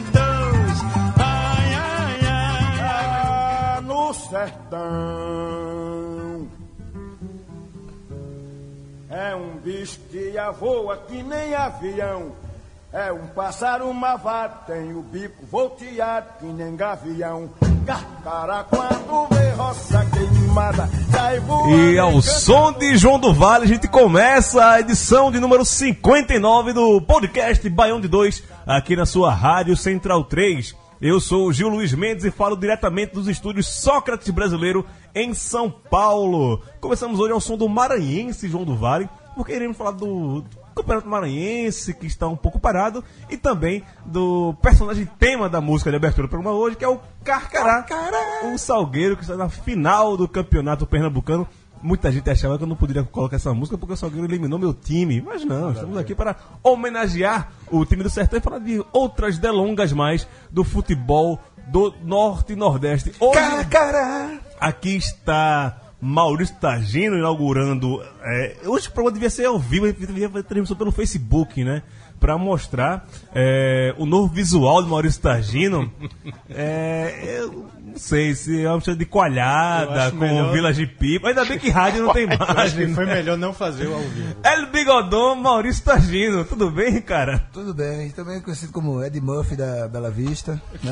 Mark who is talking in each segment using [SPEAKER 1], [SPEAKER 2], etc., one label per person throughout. [SPEAKER 1] dois. Ai, ai, ai, ai.
[SPEAKER 2] Lá no sertão É um bicho que a voa que nem avião É um pássaro mavado, tem o bico volteado que nem gavião Carcara quando vê roça queimada Sai voando
[SPEAKER 3] E ao
[SPEAKER 2] canta-
[SPEAKER 3] som de João do Vale, a gente começa a edição de número 59 do podcast Baião de 2, aqui na sua Rádio Central 3. Eu sou o Gil Luiz Mendes e falo diretamente dos estúdios Sócrates Brasileiro em São Paulo. Começamos hoje ao som do Maranhense João do Vale, porque iremos falar do Campeonato Maranhense, que está um pouco parado, e também do personagem tema da música de abertura do programa hoje, que é o Carcará, o Salgueiro, que está na final do Campeonato Pernambucano. Muita gente achava que eu não poderia colocar essa música porque o Salgueiro eliminou meu time. Mas não, estamos aqui para homenagear o time do Sertão e falar de outras delongas mais do futebol do Norte e Nordeste. Hoje, Aqui está Maurício Tagino inaugurando. É, hoje o programa devia ser ao vivo, devia fazer transmissão pelo Facebook, né? Pra mostrar é, o novo visual de Maurício Tagino. É, eu não sei se é uma mistura de
[SPEAKER 1] Eu
[SPEAKER 3] coalhada
[SPEAKER 1] acho
[SPEAKER 3] com
[SPEAKER 1] melhor-
[SPEAKER 3] Vila de Pipa. Ainda bem que rádio não tem
[SPEAKER 1] Eu acho que
[SPEAKER 3] imagem.
[SPEAKER 1] foi
[SPEAKER 3] né?
[SPEAKER 1] melhor não fazer o ao vivo.
[SPEAKER 3] El Bigodon, Maurício Tagino. Tudo bem, cara?
[SPEAKER 4] Tudo bem, também é conhecido como Ed Murphy da Bela Vista, né?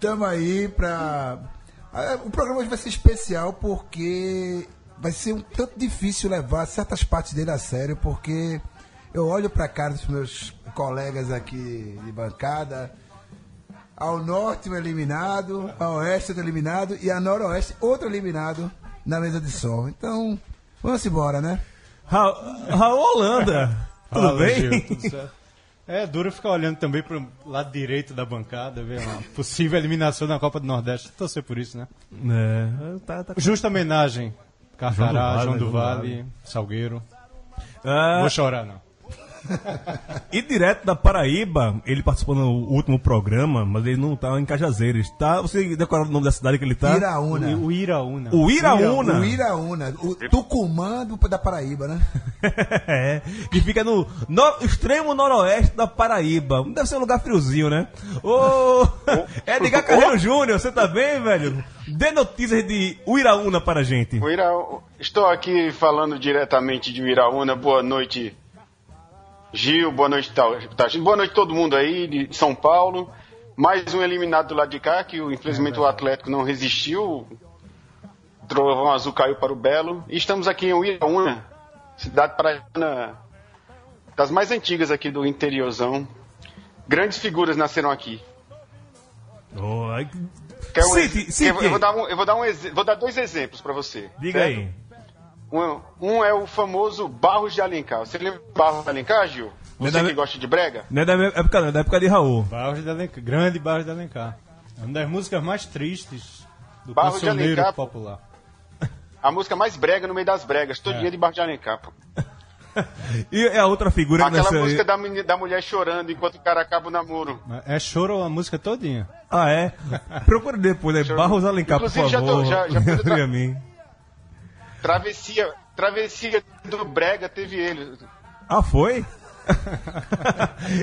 [SPEAKER 4] Tamo aí pra. Ah, O programa hoje vai ser especial porque vai ser um tanto difícil levar certas partes dele a sério, porque eu olho pra cara dos meus colegas aqui de bancada. Ao norte um eliminado, ao oeste outro eliminado e a noroeste outro eliminado na mesa de som. Então, vamos embora, né?
[SPEAKER 3] Ra Raul Holanda. Tudo
[SPEAKER 1] Fala,
[SPEAKER 3] bem?
[SPEAKER 1] Gil, tudo certo? É duro ficar olhando também pro lado direito da bancada, ver uma possível eliminação na Copa do Nordeste. Torcer por isso, né?
[SPEAKER 3] É, tá, tá.
[SPEAKER 1] Justa homenagem. Carcará, João
[SPEAKER 3] João
[SPEAKER 1] do
[SPEAKER 3] do
[SPEAKER 1] Vale, Salgueiro.
[SPEAKER 3] Ah,
[SPEAKER 1] Vou chorar, não.
[SPEAKER 3] E direto da Paraíba, ele participou no último programa, mas ele não tá em Cajazeiras. Tá? Você decorou o nome da cidade que ele tá?
[SPEAKER 4] Iraúna.
[SPEAKER 1] O Iraúna.
[SPEAKER 3] O Iraúna.
[SPEAKER 4] O Iraúna, o Tucumã do- da Paraíba, né?
[SPEAKER 3] é, que fica no, no- extremo noroeste da Paraíba. Deve ser um lugar friozinho, né? Ô, Edgar Carreiro Júnior, você tá bem, velho? Dê notícias de Uiraúna para a gente.
[SPEAKER 5] O Iraú- Estou aqui falando diretamente de Iraúna. Boa noite, Gil. Boa noite, Tau- Tagino. Boa noite, todo mundo aí de São Paulo. Mais um eliminado do lado de cá, que o- infelizmente o Atlético não resistiu. O Trovão azul caiu para o Belo. E estamos aqui em Iraúna, cidade praiana das mais antigas aqui do interiorzão. Grandes figuras nasceram aqui.
[SPEAKER 3] Ô, aí-
[SPEAKER 5] Quer um
[SPEAKER 3] Cite,
[SPEAKER 5] ex-
[SPEAKER 3] cite.
[SPEAKER 5] quer- eu vou dar, um, eu vou dar um exe- vou dar dois exemplos para você.
[SPEAKER 3] Diga
[SPEAKER 5] certo?
[SPEAKER 3] aí.
[SPEAKER 5] Um, um é o famoso Barros de Alencar. Você lembra do Barros de Alencar, Gil? Você
[SPEAKER 3] Verdade-
[SPEAKER 5] que gosta de brega?
[SPEAKER 3] Não é da minha época, não, é da época de Raul.
[SPEAKER 1] Barros de Alencar. Grande Barros de Alencar. É Uma das músicas mais tristes do
[SPEAKER 5] Barros de
[SPEAKER 1] cancioneiro
[SPEAKER 5] Alencar.
[SPEAKER 1] popular.
[SPEAKER 5] A música mais brega no meio das bregas.
[SPEAKER 3] É.
[SPEAKER 5] Todo dia de Barros de Alencar. pô.
[SPEAKER 3] E é a outra figura que
[SPEAKER 5] Aquela
[SPEAKER 3] nasceu aí.
[SPEAKER 5] música da, meni- da mulher chorando enquanto o cara acaba o namoro.
[SPEAKER 1] Mas É choro a música todinha.
[SPEAKER 3] Ah, é? Procura depois, né? Barros Alencar, por
[SPEAKER 5] Inclusive, já tô-
[SPEAKER 3] favor.
[SPEAKER 5] já- já fiz outra-
[SPEAKER 3] a mim.
[SPEAKER 5] Travessia, travessia do brega teve ele.
[SPEAKER 3] Ah, foi?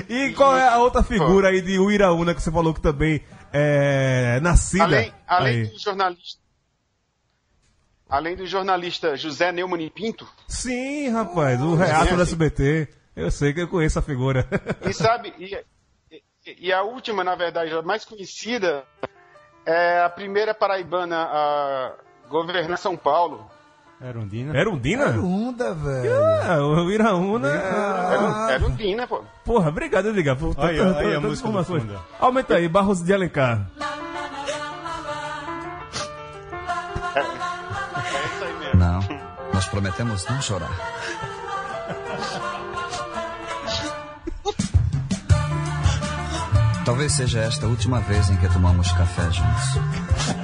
[SPEAKER 3] e qual é a outra figura aí de Uiraúna que você falou que também é nascida?
[SPEAKER 5] Além, além
[SPEAKER 3] Aí.
[SPEAKER 5] do jornalista... Além do jornalista José Neumann e Pinto.
[SPEAKER 3] Sim, rapaz, o reato do
[SPEAKER 1] é assim.
[SPEAKER 3] SBT. Eu sei que eu conheço a figura.
[SPEAKER 5] E sabe, e, e- e a última, na verdade, a mais conhecida é a primeira paraibana a governar São Paulo.
[SPEAKER 1] É
[SPEAKER 3] É.
[SPEAKER 1] Erundina. um
[SPEAKER 3] Erundina?
[SPEAKER 4] Onda, velho.
[SPEAKER 3] um Ah, o Iraúna. Ah.
[SPEAKER 5] Era, um- era o Dina, pô.
[SPEAKER 3] Porra, obrigado, Edgar. por
[SPEAKER 1] Olha aí,
[SPEAKER 3] tantas-
[SPEAKER 1] olha aí a
[SPEAKER 3] tantas
[SPEAKER 1] música do
[SPEAKER 3] informações.
[SPEAKER 1] fundo.
[SPEAKER 3] Aumenta aí, Barros de Alencar.
[SPEAKER 5] É isso aí mesmo.
[SPEAKER 6] Não, nós prometemos não chorar. Talvez seja esta a última vez em que tomamos café juntos.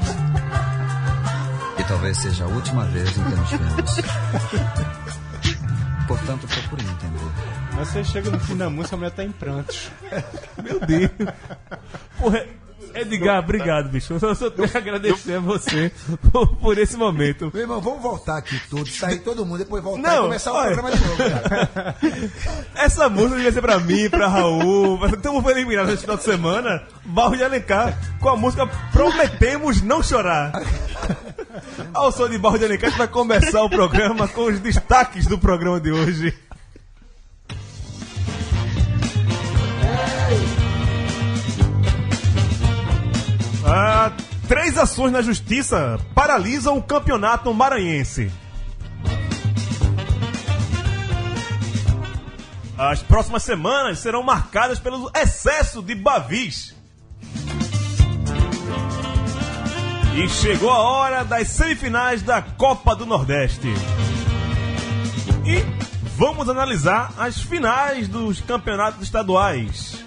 [SPEAKER 6] talvez seja a última vez em que nos vemos. Portanto, procure entender.
[SPEAKER 1] Mas você chega no fim da música, a mulher tá em prantos.
[SPEAKER 3] Meu Deus. Porra, Edgar, obrigado, bicho. Eu só, só tenho a agradecer a você por, por esse momento.
[SPEAKER 4] Meu irmão, vamos voltar aqui tudo, sair todo mundo, depois voltar
[SPEAKER 3] Não,
[SPEAKER 4] e começar
[SPEAKER 3] olha.
[SPEAKER 4] o programa de novo, cara.
[SPEAKER 3] Essa música devia ser pra mim, pra Raul. Mas Então foi eliminado nesse final de semana. Barro de Alencar com a música Prometemos Não Chorar. Ao som de Barro de Alencar, a gente vai começar o programa com os destaques do programa de hoje. Ah, três ações na justiça paralisam o campeonato maranhense. As próximas semanas serão marcadas pelo excesso de bavis. E chegou a hora das semifinais da Copa do Nordeste. E vamos analisar as finais dos campeonatos estaduais.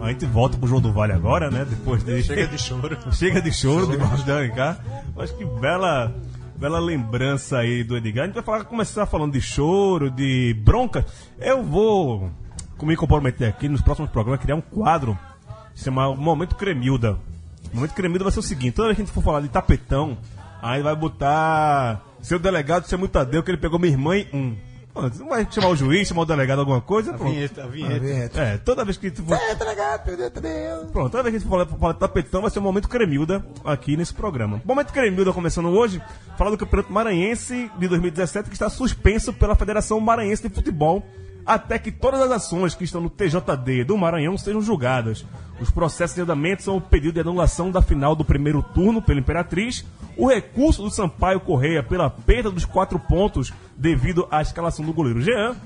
[SPEAKER 3] A gente volta pro João do Vale agora, né? Depois de... Chega de choro. Chega de choro debaixo da Alencar. Acho que bela, bela lembrança aí do Edgar. A gente vai falar- começar falando de choro, de bronca. Eu vou me comprometer aqui nos próximos programas criar um quadro chamado Momento Cremilda. O Momento Cremilda vai ser o seguinte: toda vez que a gente for falar de tapetão, aí vai botar seu delegado, é seu mutadeu, que ele pegou minha irmã e um. Pô, Não vai chamar o juiz, chamar o delegado, alguma coisa?
[SPEAKER 1] A
[SPEAKER 3] Pronto.
[SPEAKER 1] vinheta, a
[SPEAKER 4] Tá
[SPEAKER 1] vinheta.
[SPEAKER 4] vendo?
[SPEAKER 3] É, toda vez que tu for.
[SPEAKER 4] É, tá ligado, meu Deus, tá ligado.
[SPEAKER 3] Pronto, toda vez que a gente falar falar de tapetão vai ser um momento cremilda aqui nesse programa. Momento cremilda começando hoje, falar do Campeonato Maranhense de 2017 que está suspenso pela Federação Maranhense de Futebol até que todas as ações que estão no TJD do Maranhão sejam julgadas. Os processos de andamento são o pedido de anulação da final do primeiro turno pela Imperatriz, o recurso do Sampaio Correia pela perda dos quatro pontos devido à escalação do goleiro Jean,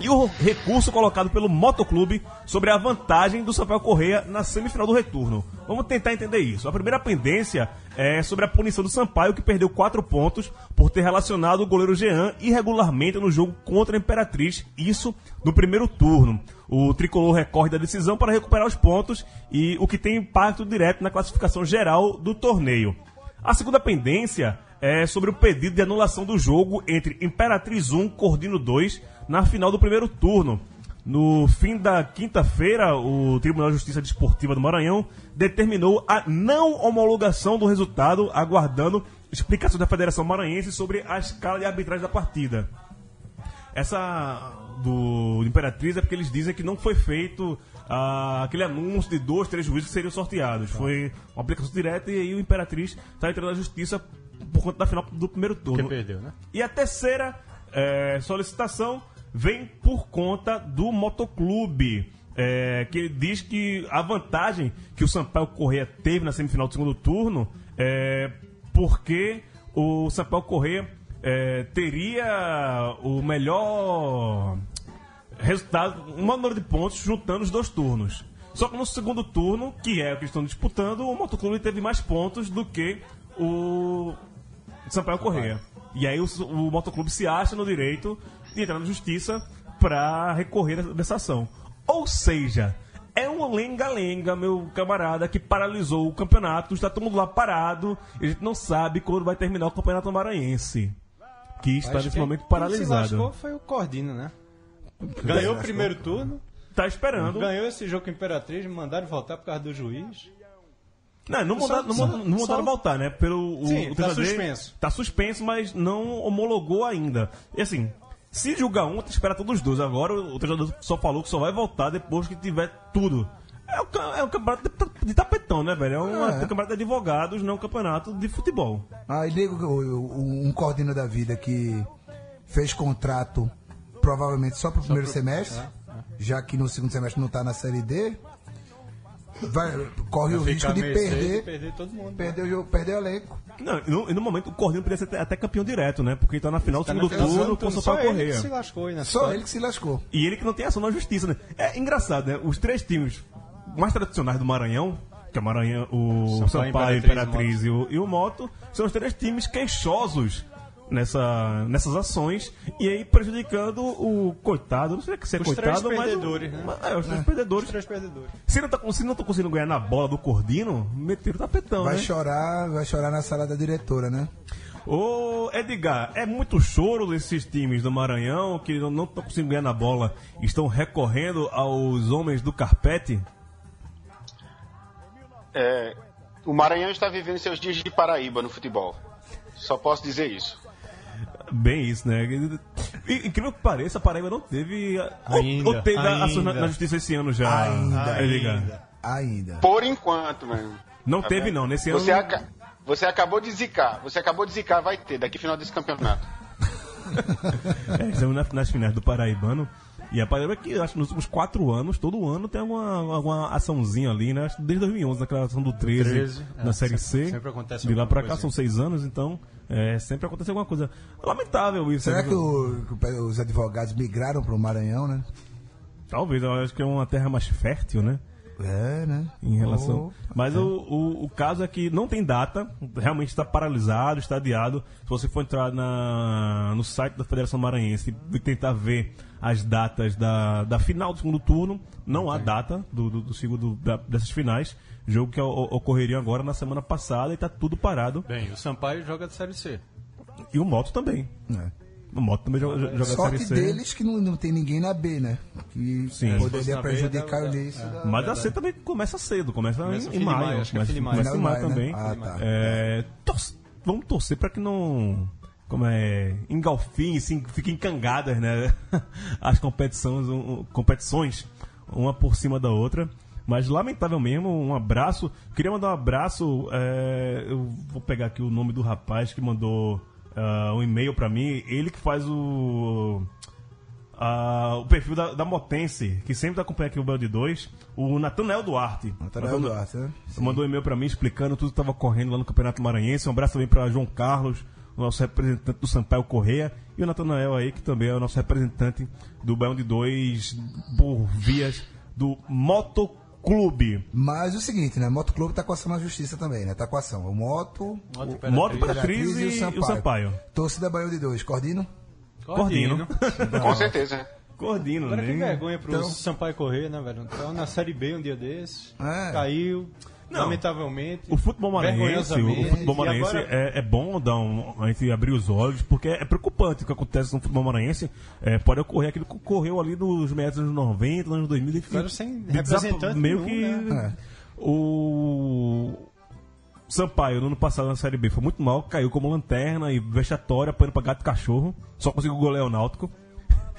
[SPEAKER 3] e o recurso colocado pelo Motoclube sobre a vantagem do Sampaio Correia na semifinal do retorno. Vamos tentar entender isso. A primeira pendência é sobre a punição do Sampaio, que perdeu 4 pontos por ter relacionado o goleiro Jean irregularmente no jogo contra a Imperatriz, isso no primeiro turno. O tricolor recorre da decisão para recuperar os pontos e o que tem impacto direto na classificação geral do torneio. A segunda pendência é sobre o pedido de anulação do jogo entre Imperatriz 1 e Cordino 2 na final do primeiro turno. No fim da quinta-feira, o Tribunal de Justiça Desportiva do Maranhão determinou a não homologação do resultado, aguardando explicações da Federação Maranhense sobre a escala de arbitragem da partida. Essa do Imperatriz é porque eles dizem que não foi feito ah, aquele anúncio de dois, três juízes que seriam sorteados. Foi uma aplicação direta e aí o Imperatriz está entrando na justiça por conta da final do primeiro turno.
[SPEAKER 1] Porque perdeu, né?
[SPEAKER 3] E a terceira eh, solicitação vem por conta do motoclube. eh, que ele diz que a vantagem que o Sampaio Correia teve na semifinal do segundo turno é porque o Sampaio Correia eh, teria o melhor resultado, um maior número de pontos juntando os dois turnos. Só que no segundo turno, que é o que eles estão disputando, o motoclube teve mais pontos do que o Sampaio Correia. E aí o, o motoclube se acha no direito de entrar na justiça pra recorrer dessa ação. Ou seja, é um lenga-lenga, meu camarada, que paralisou o campeonato, está todo mundo lá parado, e a gente não sabe quando vai terminar o campeonato maranhense. Que está
[SPEAKER 1] Acho
[SPEAKER 3] Tá nesse
[SPEAKER 1] que
[SPEAKER 3] momento
[SPEAKER 1] quem Se
[SPEAKER 3] paralisado.
[SPEAKER 1] lascou foi o Cordino, né? Ganhou o primeiro turno,
[SPEAKER 3] Tá esperando.
[SPEAKER 1] ganhou esse jogo com a Imperatriz, mandaram voltar por causa do juiz.
[SPEAKER 3] Não, não
[SPEAKER 1] Só-
[SPEAKER 3] mandaram, não
[SPEAKER 1] só-
[SPEAKER 3] mandaram, não mandaram
[SPEAKER 1] só-
[SPEAKER 3] voltar, né? Pelo, o,
[SPEAKER 1] Sim,
[SPEAKER 3] o
[SPEAKER 1] tá
[SPEAKER 3] TJD
[SPEAKER 1] suspenso.
[SPEAKER 3] Tá suspenso, mas não homologou ainda. E assim, se julgar um, tem que esperar todos os dois. Agora o o TJD só falou que só vai voltar depois que tiver tudo. É um, ca- é um campeonato de ta- de tapetão, né, velho? É um,
[SPEAKER 1] Ah,
[SPEAKER 4] É.
[SPEAKER 3] é um campeonato de advogados, não um campeonato de futebol.
[SPEAKER 4] Aí nego, o- o- um coordinador da vida que fez contrato provavelmente só pro primeiro semestre,
[SPEAKER 3] É,
[SPEAKER 4] já que no segundo semestre não tá na série D, vai, corre o risco de
[SPEAKER 1] Ele
[SPEAKER 4] perder,
[SPEAKER 1] perdeu todo mundo. né?
[SPEAKER 4] perder o jogo, perder o elenco.
[SPEAKER 3] Não, e no, e no momento o Cordeiro poderia ser até- até campeão direto, né? Porque ele tá na final do
[SPEAKER 1] Tá na
[SPEAKER 3] segundo
[SPEAKER 1] final do
[SPEAKER 3] turno
[SPEAKER 1] segundo
[SPEAKER 3] com
[SPEAKER 1] turno,
[SPEAKER 3] o
[SPEAKER 1] só
[SPEAKER 3] Sampaio
[SPEAKER 1] ele que
[SPEAKER 3] Correia.
[SPEAKER 1] se lascou aí nessa
[SPEAKER 4] Só
[SPEAKER 1] história.
[SPEAKER 4] ele que se lascou.
[SPEAKER 3] E ele que não tem ação na justiça, né? É engraçado, né? Os três times mais tradicionais do Maranhão, que é o Maranhão, o Sampaio,
[SPEAKER 1] Sampaio,
[SPEAKER 3] Imperatriz,
[SPEAKER 1] Imperatriz,
[SPEAKER 3] e, o, e o Moto, são os três times queixosos nessa, nessas ações e aí prejudicando o coitado, não sei se é
[SPEAKER 1] Os três
[SPEAKER 3] coitado, mas. o-
[SPEAKER 1] perdedores, né?
[SPEAKER 3] mas, é, os três
[SPEAKER 1] Os
[SPEAKER 3] perdedores.
[SPEAKER 1] três perdedores.
[SPEAKER 3] Se não, tá, con- se não tá conseguindo ganhar na bola do Cordino, meter o tapetão,
[SPEAKER 4] Vai
[SPEAKER 3] né?
[SPEAKER 4] chorar, vai chorar na sala da diretora, né?
[SPEAKER 3] Ô, Edgar, é muito choro desses times do Maranhão que não estão conseguindo ganhar na bola e estão recorrendo aos homens do carpete?
[SPEAKER 5] É, o Maranhão está vivendo seus dias de Paraíba no futebol. Só posso dizer isso.
[SPEAKER 3] Bem isso, né? E, Incrível que pareça, a Paraíba não teve... a- ou-
[SPEAKER 1] Ainda,
[SPEAKER 3] ou teve a- ações na,
[SPEAKER 1] ainda.
[SPEAKER 3] na justiça esse ano já,
[SPEAKER 4] Ainda.
[SPEAKER 3] Edgar.
[SPEAKER 4] Ainda.
[SPEAKER 5] Por enquanto, mano.
[SPEAKER 3] Não teve não, nesse ano...
[SPEAKER 5] Tá Você, aca- você acabou de zicar. Você acabou de zicar, vai ter daqui final desse campeonato.
[SPEAKER 3] É, estamos na- nas finais do Paraibano. E a Paraíba que eu acho que nos últimos quatro anos, todo ano tem alguma, alguma açãozinha ali, né? Acho que desde 2011, naquela ação do 13,
[SPEAKER 1] 13,
[SPEAKER 3] na
[SPEAKER 1] é,
[SPEAKER 3] Série
[SPEAKER 1] sempre-
[SPEAKER 3] C.
[SPEAKER 1] sempre acontece
[SPEAKER 3] De lá
[SPEAKER 1] alguma
[SPEAKER 3] pra cá
[SPEAKER 1] coisinha.
[SPEAKER 3] são seis anos, então é, sempre acontece alguma coisa. Lamentável isso. né?
[SPEAKER 4] Será que o- que o- os advogados migraram pro Maranhão, né?
[SPEAKER 3] Talvez, eu acho que é uma terra mais fértil, né?
[SPEAKER 4] É, né?
[SPEAKER 3] Em relação.
[SPEAKER 4] Ou-
[SPEAKER 3] Mas o, o, o caso é que não tem data, realmente está paralisado, está adiado. Se você for entrar na, no site da Federação Maranhense e tentar ver as datas da, da final do segundo turno, não há data do, do, do segundo da- dessas finais. Jogo que o- o- ocorreria agora na semana passada e está tudo parado.
[SPEAKER 1] Bem, o Sampaio joga de Série C.
[SPEAKER 3] E o Moto também.
[SPEAKER 4] É.
[SPEAKER 3] O Moto também joga, joga Série
[SPEAKER 4] Sorte
[SPEAKER 3] C.
[SPEAKER 4] deles que não, não tem ninguém na B, né?
[SPEAKER 3] Sim.
[SPEAKER 4] Que
[SPEAKER 3] Se
[SPEAKER 1] fosse
[SPEAKER 4] poderia
[SPEAKER 1] na B,
[SPEAKER 4] prejudicar
[SPEAKER 1] dava-
[SPEAKER 4] o início.
[SPEAKER 1] é.
[SPEAKER 4] da-
[SPEAKER 3] Mas a C também começa cedo, começa,
[SPEAKER 1] Começa no
[SPEAKER 3] em,
[SPEAKER 1] fim
[SPEAKER 3] em
[SPEAKER 1] de
[SPEAKER 3] maio.
[SPEAKER 1] maio, acho que é
[SPEAKER 3] começa,
[SPEAKER 1] fim de maio.
[SPEAKER 3] começa em maio
[SPEAKER 4] Final de
[SPEAKER 3] também.
[SPEAKER 4] maio, né? Ah, tá.
[SPEAKER 3] É, torce- vamos torcer para que não como é, engalfinhe, assim, fiquem cangadas, né? As competições, um- um- competições, uma por cima da outra. Mas lamentável mesmo, um abraço. Queria mandar um abraço. é, eu vou pegar aqui o nome do rapaz que mandou ah, um e-mail para mim. Ele que faz o ah, o perfil da, da Motense, que sempre acompanha aqui o Belo de 2, o Nathanael Duarte.
[SPEAKER 4] Nathanael Duarte, né? Sim.
[SPEAKER 3] Mandou um e-mail pra mim explicando tudo que estava correndo lá no Campeonato Maranhense. Um abraço também pra João Carlos, o nosso representante do Sampaio Correia, e o Nathanael aí, que também é o nosso representante do Belo de 2 por vias do Motoclube.
[SPEAKER 4] Mas o seguinte, né? Motoclube tá com ação na justiça também, né? Tá com ação. O Moto,
[SPEAKER 1] Moto
[SPEAKER 4] o-
[SPEAKER 1] Imperatriz.
[SPEAKER 3] Moto Imperatriz
[SPEAKER 4] Imperatriz
[SPEAKER 3] e, e o Sampaio.
[SPEAKER 4] Torcida Baião de dois. Cordino?
[SPEAKER 3] Cordino.
[SPEAKER 5] Com certeza.
[SPEAKER 3] Cordino,
[SPEAKER 1] Agora que
[SPEAKER 3] né?
[SPEAKER 1] vergonha pro
[SPEAKER 4] Então-
[SPEAKER 1] Sampaio correr, né, velho? Então, na Série B um dia desses,
[SPEAKER 4] É.
[SPEAKER 1] caiu,
[SPEAKER 3] Não.
[SPEAKER 1] lamentavelmente.
[SPEAKER 3] O futebol maranhense, o
[SPEAKER 1] vergonhosamente,
[SPEAKER 3] futebol
[SPEAKER 1] e
[SPEAKER 3] maranhense
[SPEAKER 1] agora-
[SPEAKER 3] é, é bom dar um, a gente abrir os olhos, porque é preocupante o que acontece no futebol maranhense. É, pode ocorrer aquilo que ocorreu ali nos meados dos anos 90, anos 2000. e
[SPEAKER 1] Claro, sem
[SPEAKER 3] desapa-
[SPEAKER 1] representante
[SPEAKER 3] Meio que É.
[SPEAKER 1] nenhum,
[SPEAKER 4] né?
[SPEAKER 3] o Sampaio, no ano passado na Série B, foi muito mal, caiu como lanterna e vexatória, apanhando pra gato e cachorro. Só conseguiu golear o Náutico.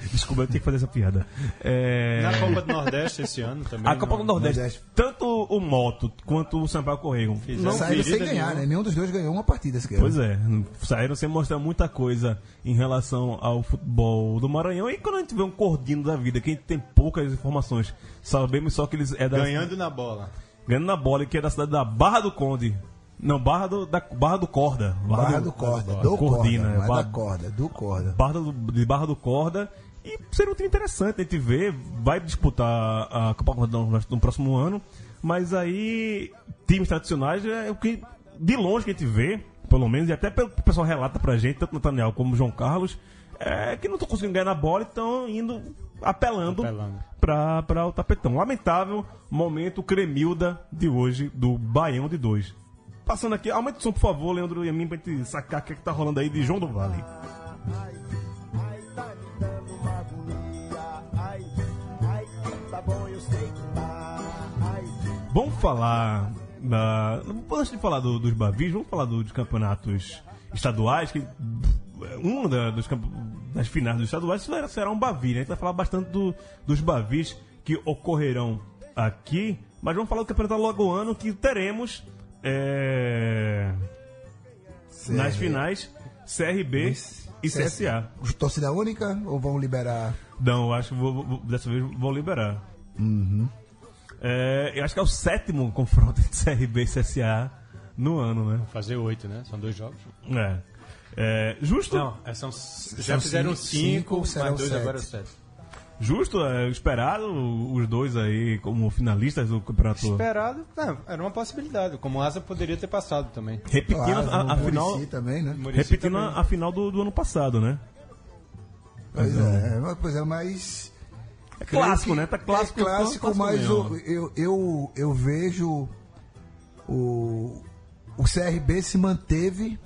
[SPEAKER 3] Desculpa, eu tinha que fazer essa piada. É...
[SPEAKER 1] Na Copa do Nordeste esse ano também.
[SPEAKER 3] A Copa do
[SPEAKER 1] não-
[SPEAKER 3] Nordeste,
[SPEAKER 4] Nordeste.
[SPEAKER 3] tanto o Moto quanto o Sampaio Correia
[SPEAKER 1] Não
[SPEAKER 4] Saíram sem
[SPEAKER 1] querida
[SPEAKER 4] ganhar,
[SPEAKER 1] nenhuma.
[SPEAKER 4] né? Nenhum dos dois ganhou uma partida sequer.
[SPEAKER 3] Pois é, saíram sem mostrar muita coisa em relação ao futebol do Maranhão. E quando a gente vê um cordino da vida, que a gente tem poucas informações, sabemos só que eles é da,
[SPEAKER 1] Ganhando na bola.
[SPEAKER 3] ganhando na bola, que é da cidade da Barra do Conde. Não, Barra do, da, Barra do Corda.
[SPEAKER 4] Barra do Corda,
[SPEAKER 3] Cordina,
[SPEAKER 4] do Corda,
[SPEAKER 3] é,
[SPEAKER 4] não é
[SPEAKER 3] Barra-
[SPEAKER 4] da Corda, do Corda.
[SPEAKER 3] Barra do, de Barra do Corda. E seria um time interessante a gente ver. Vai disputar a Copa do Nordeste no próximo ano. Mas aí, times tradicionais é o que de longe que a gente vê, pelo menos, e até pelo que o pessoal relata pra gente, tanto Nathaniel como João Carlos, é que não estão conseguindo ganhar na bola e estão indo apelando,
[SPEAKER 1] Apelando.
[SPEAKER 3] Pra, pra o tapetão. Lamentável momento Cremilda de hoje, do Baião de 2. Passando aqui, aumenta o som, por favor, Leandro e a mim, pra gente sacar o que, é que tá rolando aí de João do Vale.
[SPEAKER 2] Ai, ai, tá me dando uma agonia. Ai, ai, tá bom, eu sei que tá. Ai,
[SPEAKER 3] Vamos falar da. Antes de falar do- dos Bavis, vamos falar do- dos campeonatos estaduais, que um da- dos campo- das finais dos estaduais será, será um Bavi, né? A gente vai falar bastante do- dos Bavis que ocorrerão aqui, mas vamos falar do campeonato lagoano que teremos é, nas
[SPEAKER 4] é
[SPEAKER 3] finais CRB e CSA.
[SPEAKER 4] Torcida única ou vão liberar?
[SPEAKER 3] Não, eu acho que vou- vou- dessa vez vou liberar.
[SPEAKER 4] Uhum.
[SPEAKER 3] É, eu acho que é o sétimo confronto entre CRB e CSA no ano, né?
[SPEAKER 1] Fazer oito, né? São dois jogos.
[SPEAKER 3] É. É, justo.
[SPEAKER 1] Não, é, são, já fizeram
[SPEAKER 4] cinco,
[SPEAKER 1] cinco,
[SPEAKER 4] serão
[SPEAKER 1] mais dois
[SPEAKER 4] sete.
[SPEAKER 1] agora é sete.
[SPEAKER 3] Justo, é, esperado os dois aí como finalistas do campeonato.
[SPEAKER 1] Esperado, não, era uma possibilidade. Como o Asa poderia ter passado também.
[SPEAKER 3] Repetindo
[SPEAKER 4] Claro,
[SPEAKER 3] a, a
[SPEAKER 4] o
[SPEAKER 3] final,
[SPEAKER 4] Muricy também, né?
[SPEAKER 1] Muricy
[SPEAKER 3] repetindo
[SPEAKER 1] também.
[SPEAKER 3] a, a final do, do ano passado, né?
[SPEAKER 4] Pois é, mas- pois é, mas.
[SPEAKER 3] É clássico,
[SPEAKER 4] creio que
[SPEAKER 3] né? Tá clássico.
[SPEAKER 4] É
[SPEAKER 3] tá
[SPEAKER 4] clássico, mas
[SPEAKER 3] mesmo.
[SPEAKER 4] o- eu, eu, eu vejo o, o CRB se manteve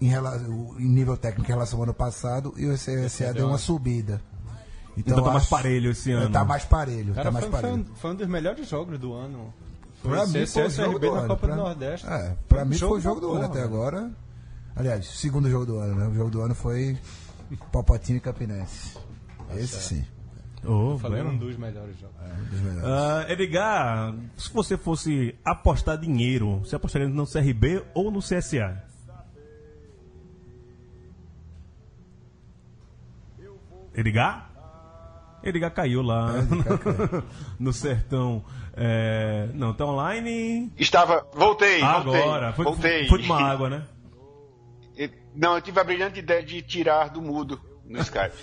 [SPEAKER 4] em, relação, o- em nível técnico em relação ao ano passado e o CSA deu uma subida.
[SPEAKER 3] Então tá mais
[SPEAKER 4] acho-
[SPEAKER 3] parelho esse ano.
[SPEAKER 4] Tá mais parelho.
[SPEAKER 1] Cara,
[SPEAKER 4] tá mais
[SPEAKER 1] foi, foi
[SPEAKER 4] parelho.
[SPEAKER 1] um, foi um dos melhores jogos do ano. Foi um
[SPEAKER 4] Pra
[SPEAKER 1] o
[SPEAKER 4] mim foi o
[SPEAKER 1] CSRB
[SPEAKER 4] jogo do
[SPEAKER 1] na
[SPEAKER 4] ano.
[SPEAKER 1] Copa
[SPEAKER 4] Pra-
[SPEAKER 1] do Nordeste. um
[SPEAKER 4] É, pra mim foi o jogo
[SPEAKER 1] da
[SPEAKER 4] do ano
[SPEAKER 1] porra,
[SPEAKER 4] até agora. Aliás, o segundo jogo do ano, né? O jogo do ano foi Palpatine e Capinense.
[SPEAKER 1] Tá
[SPEAKER 4] Esse sim,
[SPEAKER 3] Ô,
[SPEAKER 1] Falei
[SPEAKER 3] Breno.
[SPEAKER 1] um dos melhores jogos.
[SPEAKER 4] um dos melhores.
[SPEAKER 3] Ah, Edgar, se você fosse apostar dinheiro, você apostaria no CRB ou no CSA? Edgar? Edgar caiu lá no sertão. É, não, tá online.
[SPEAKER 5] Estava. Voltei, voltei.
[SPEAKER 3] Agora, foi,
[SPEAKER 5] voltei.
[SPEAKER 3] foi de uma água, né?
[SPEAKER 5] E- Não, eu tive a brilhante ideia de tirar do mudo no Skype.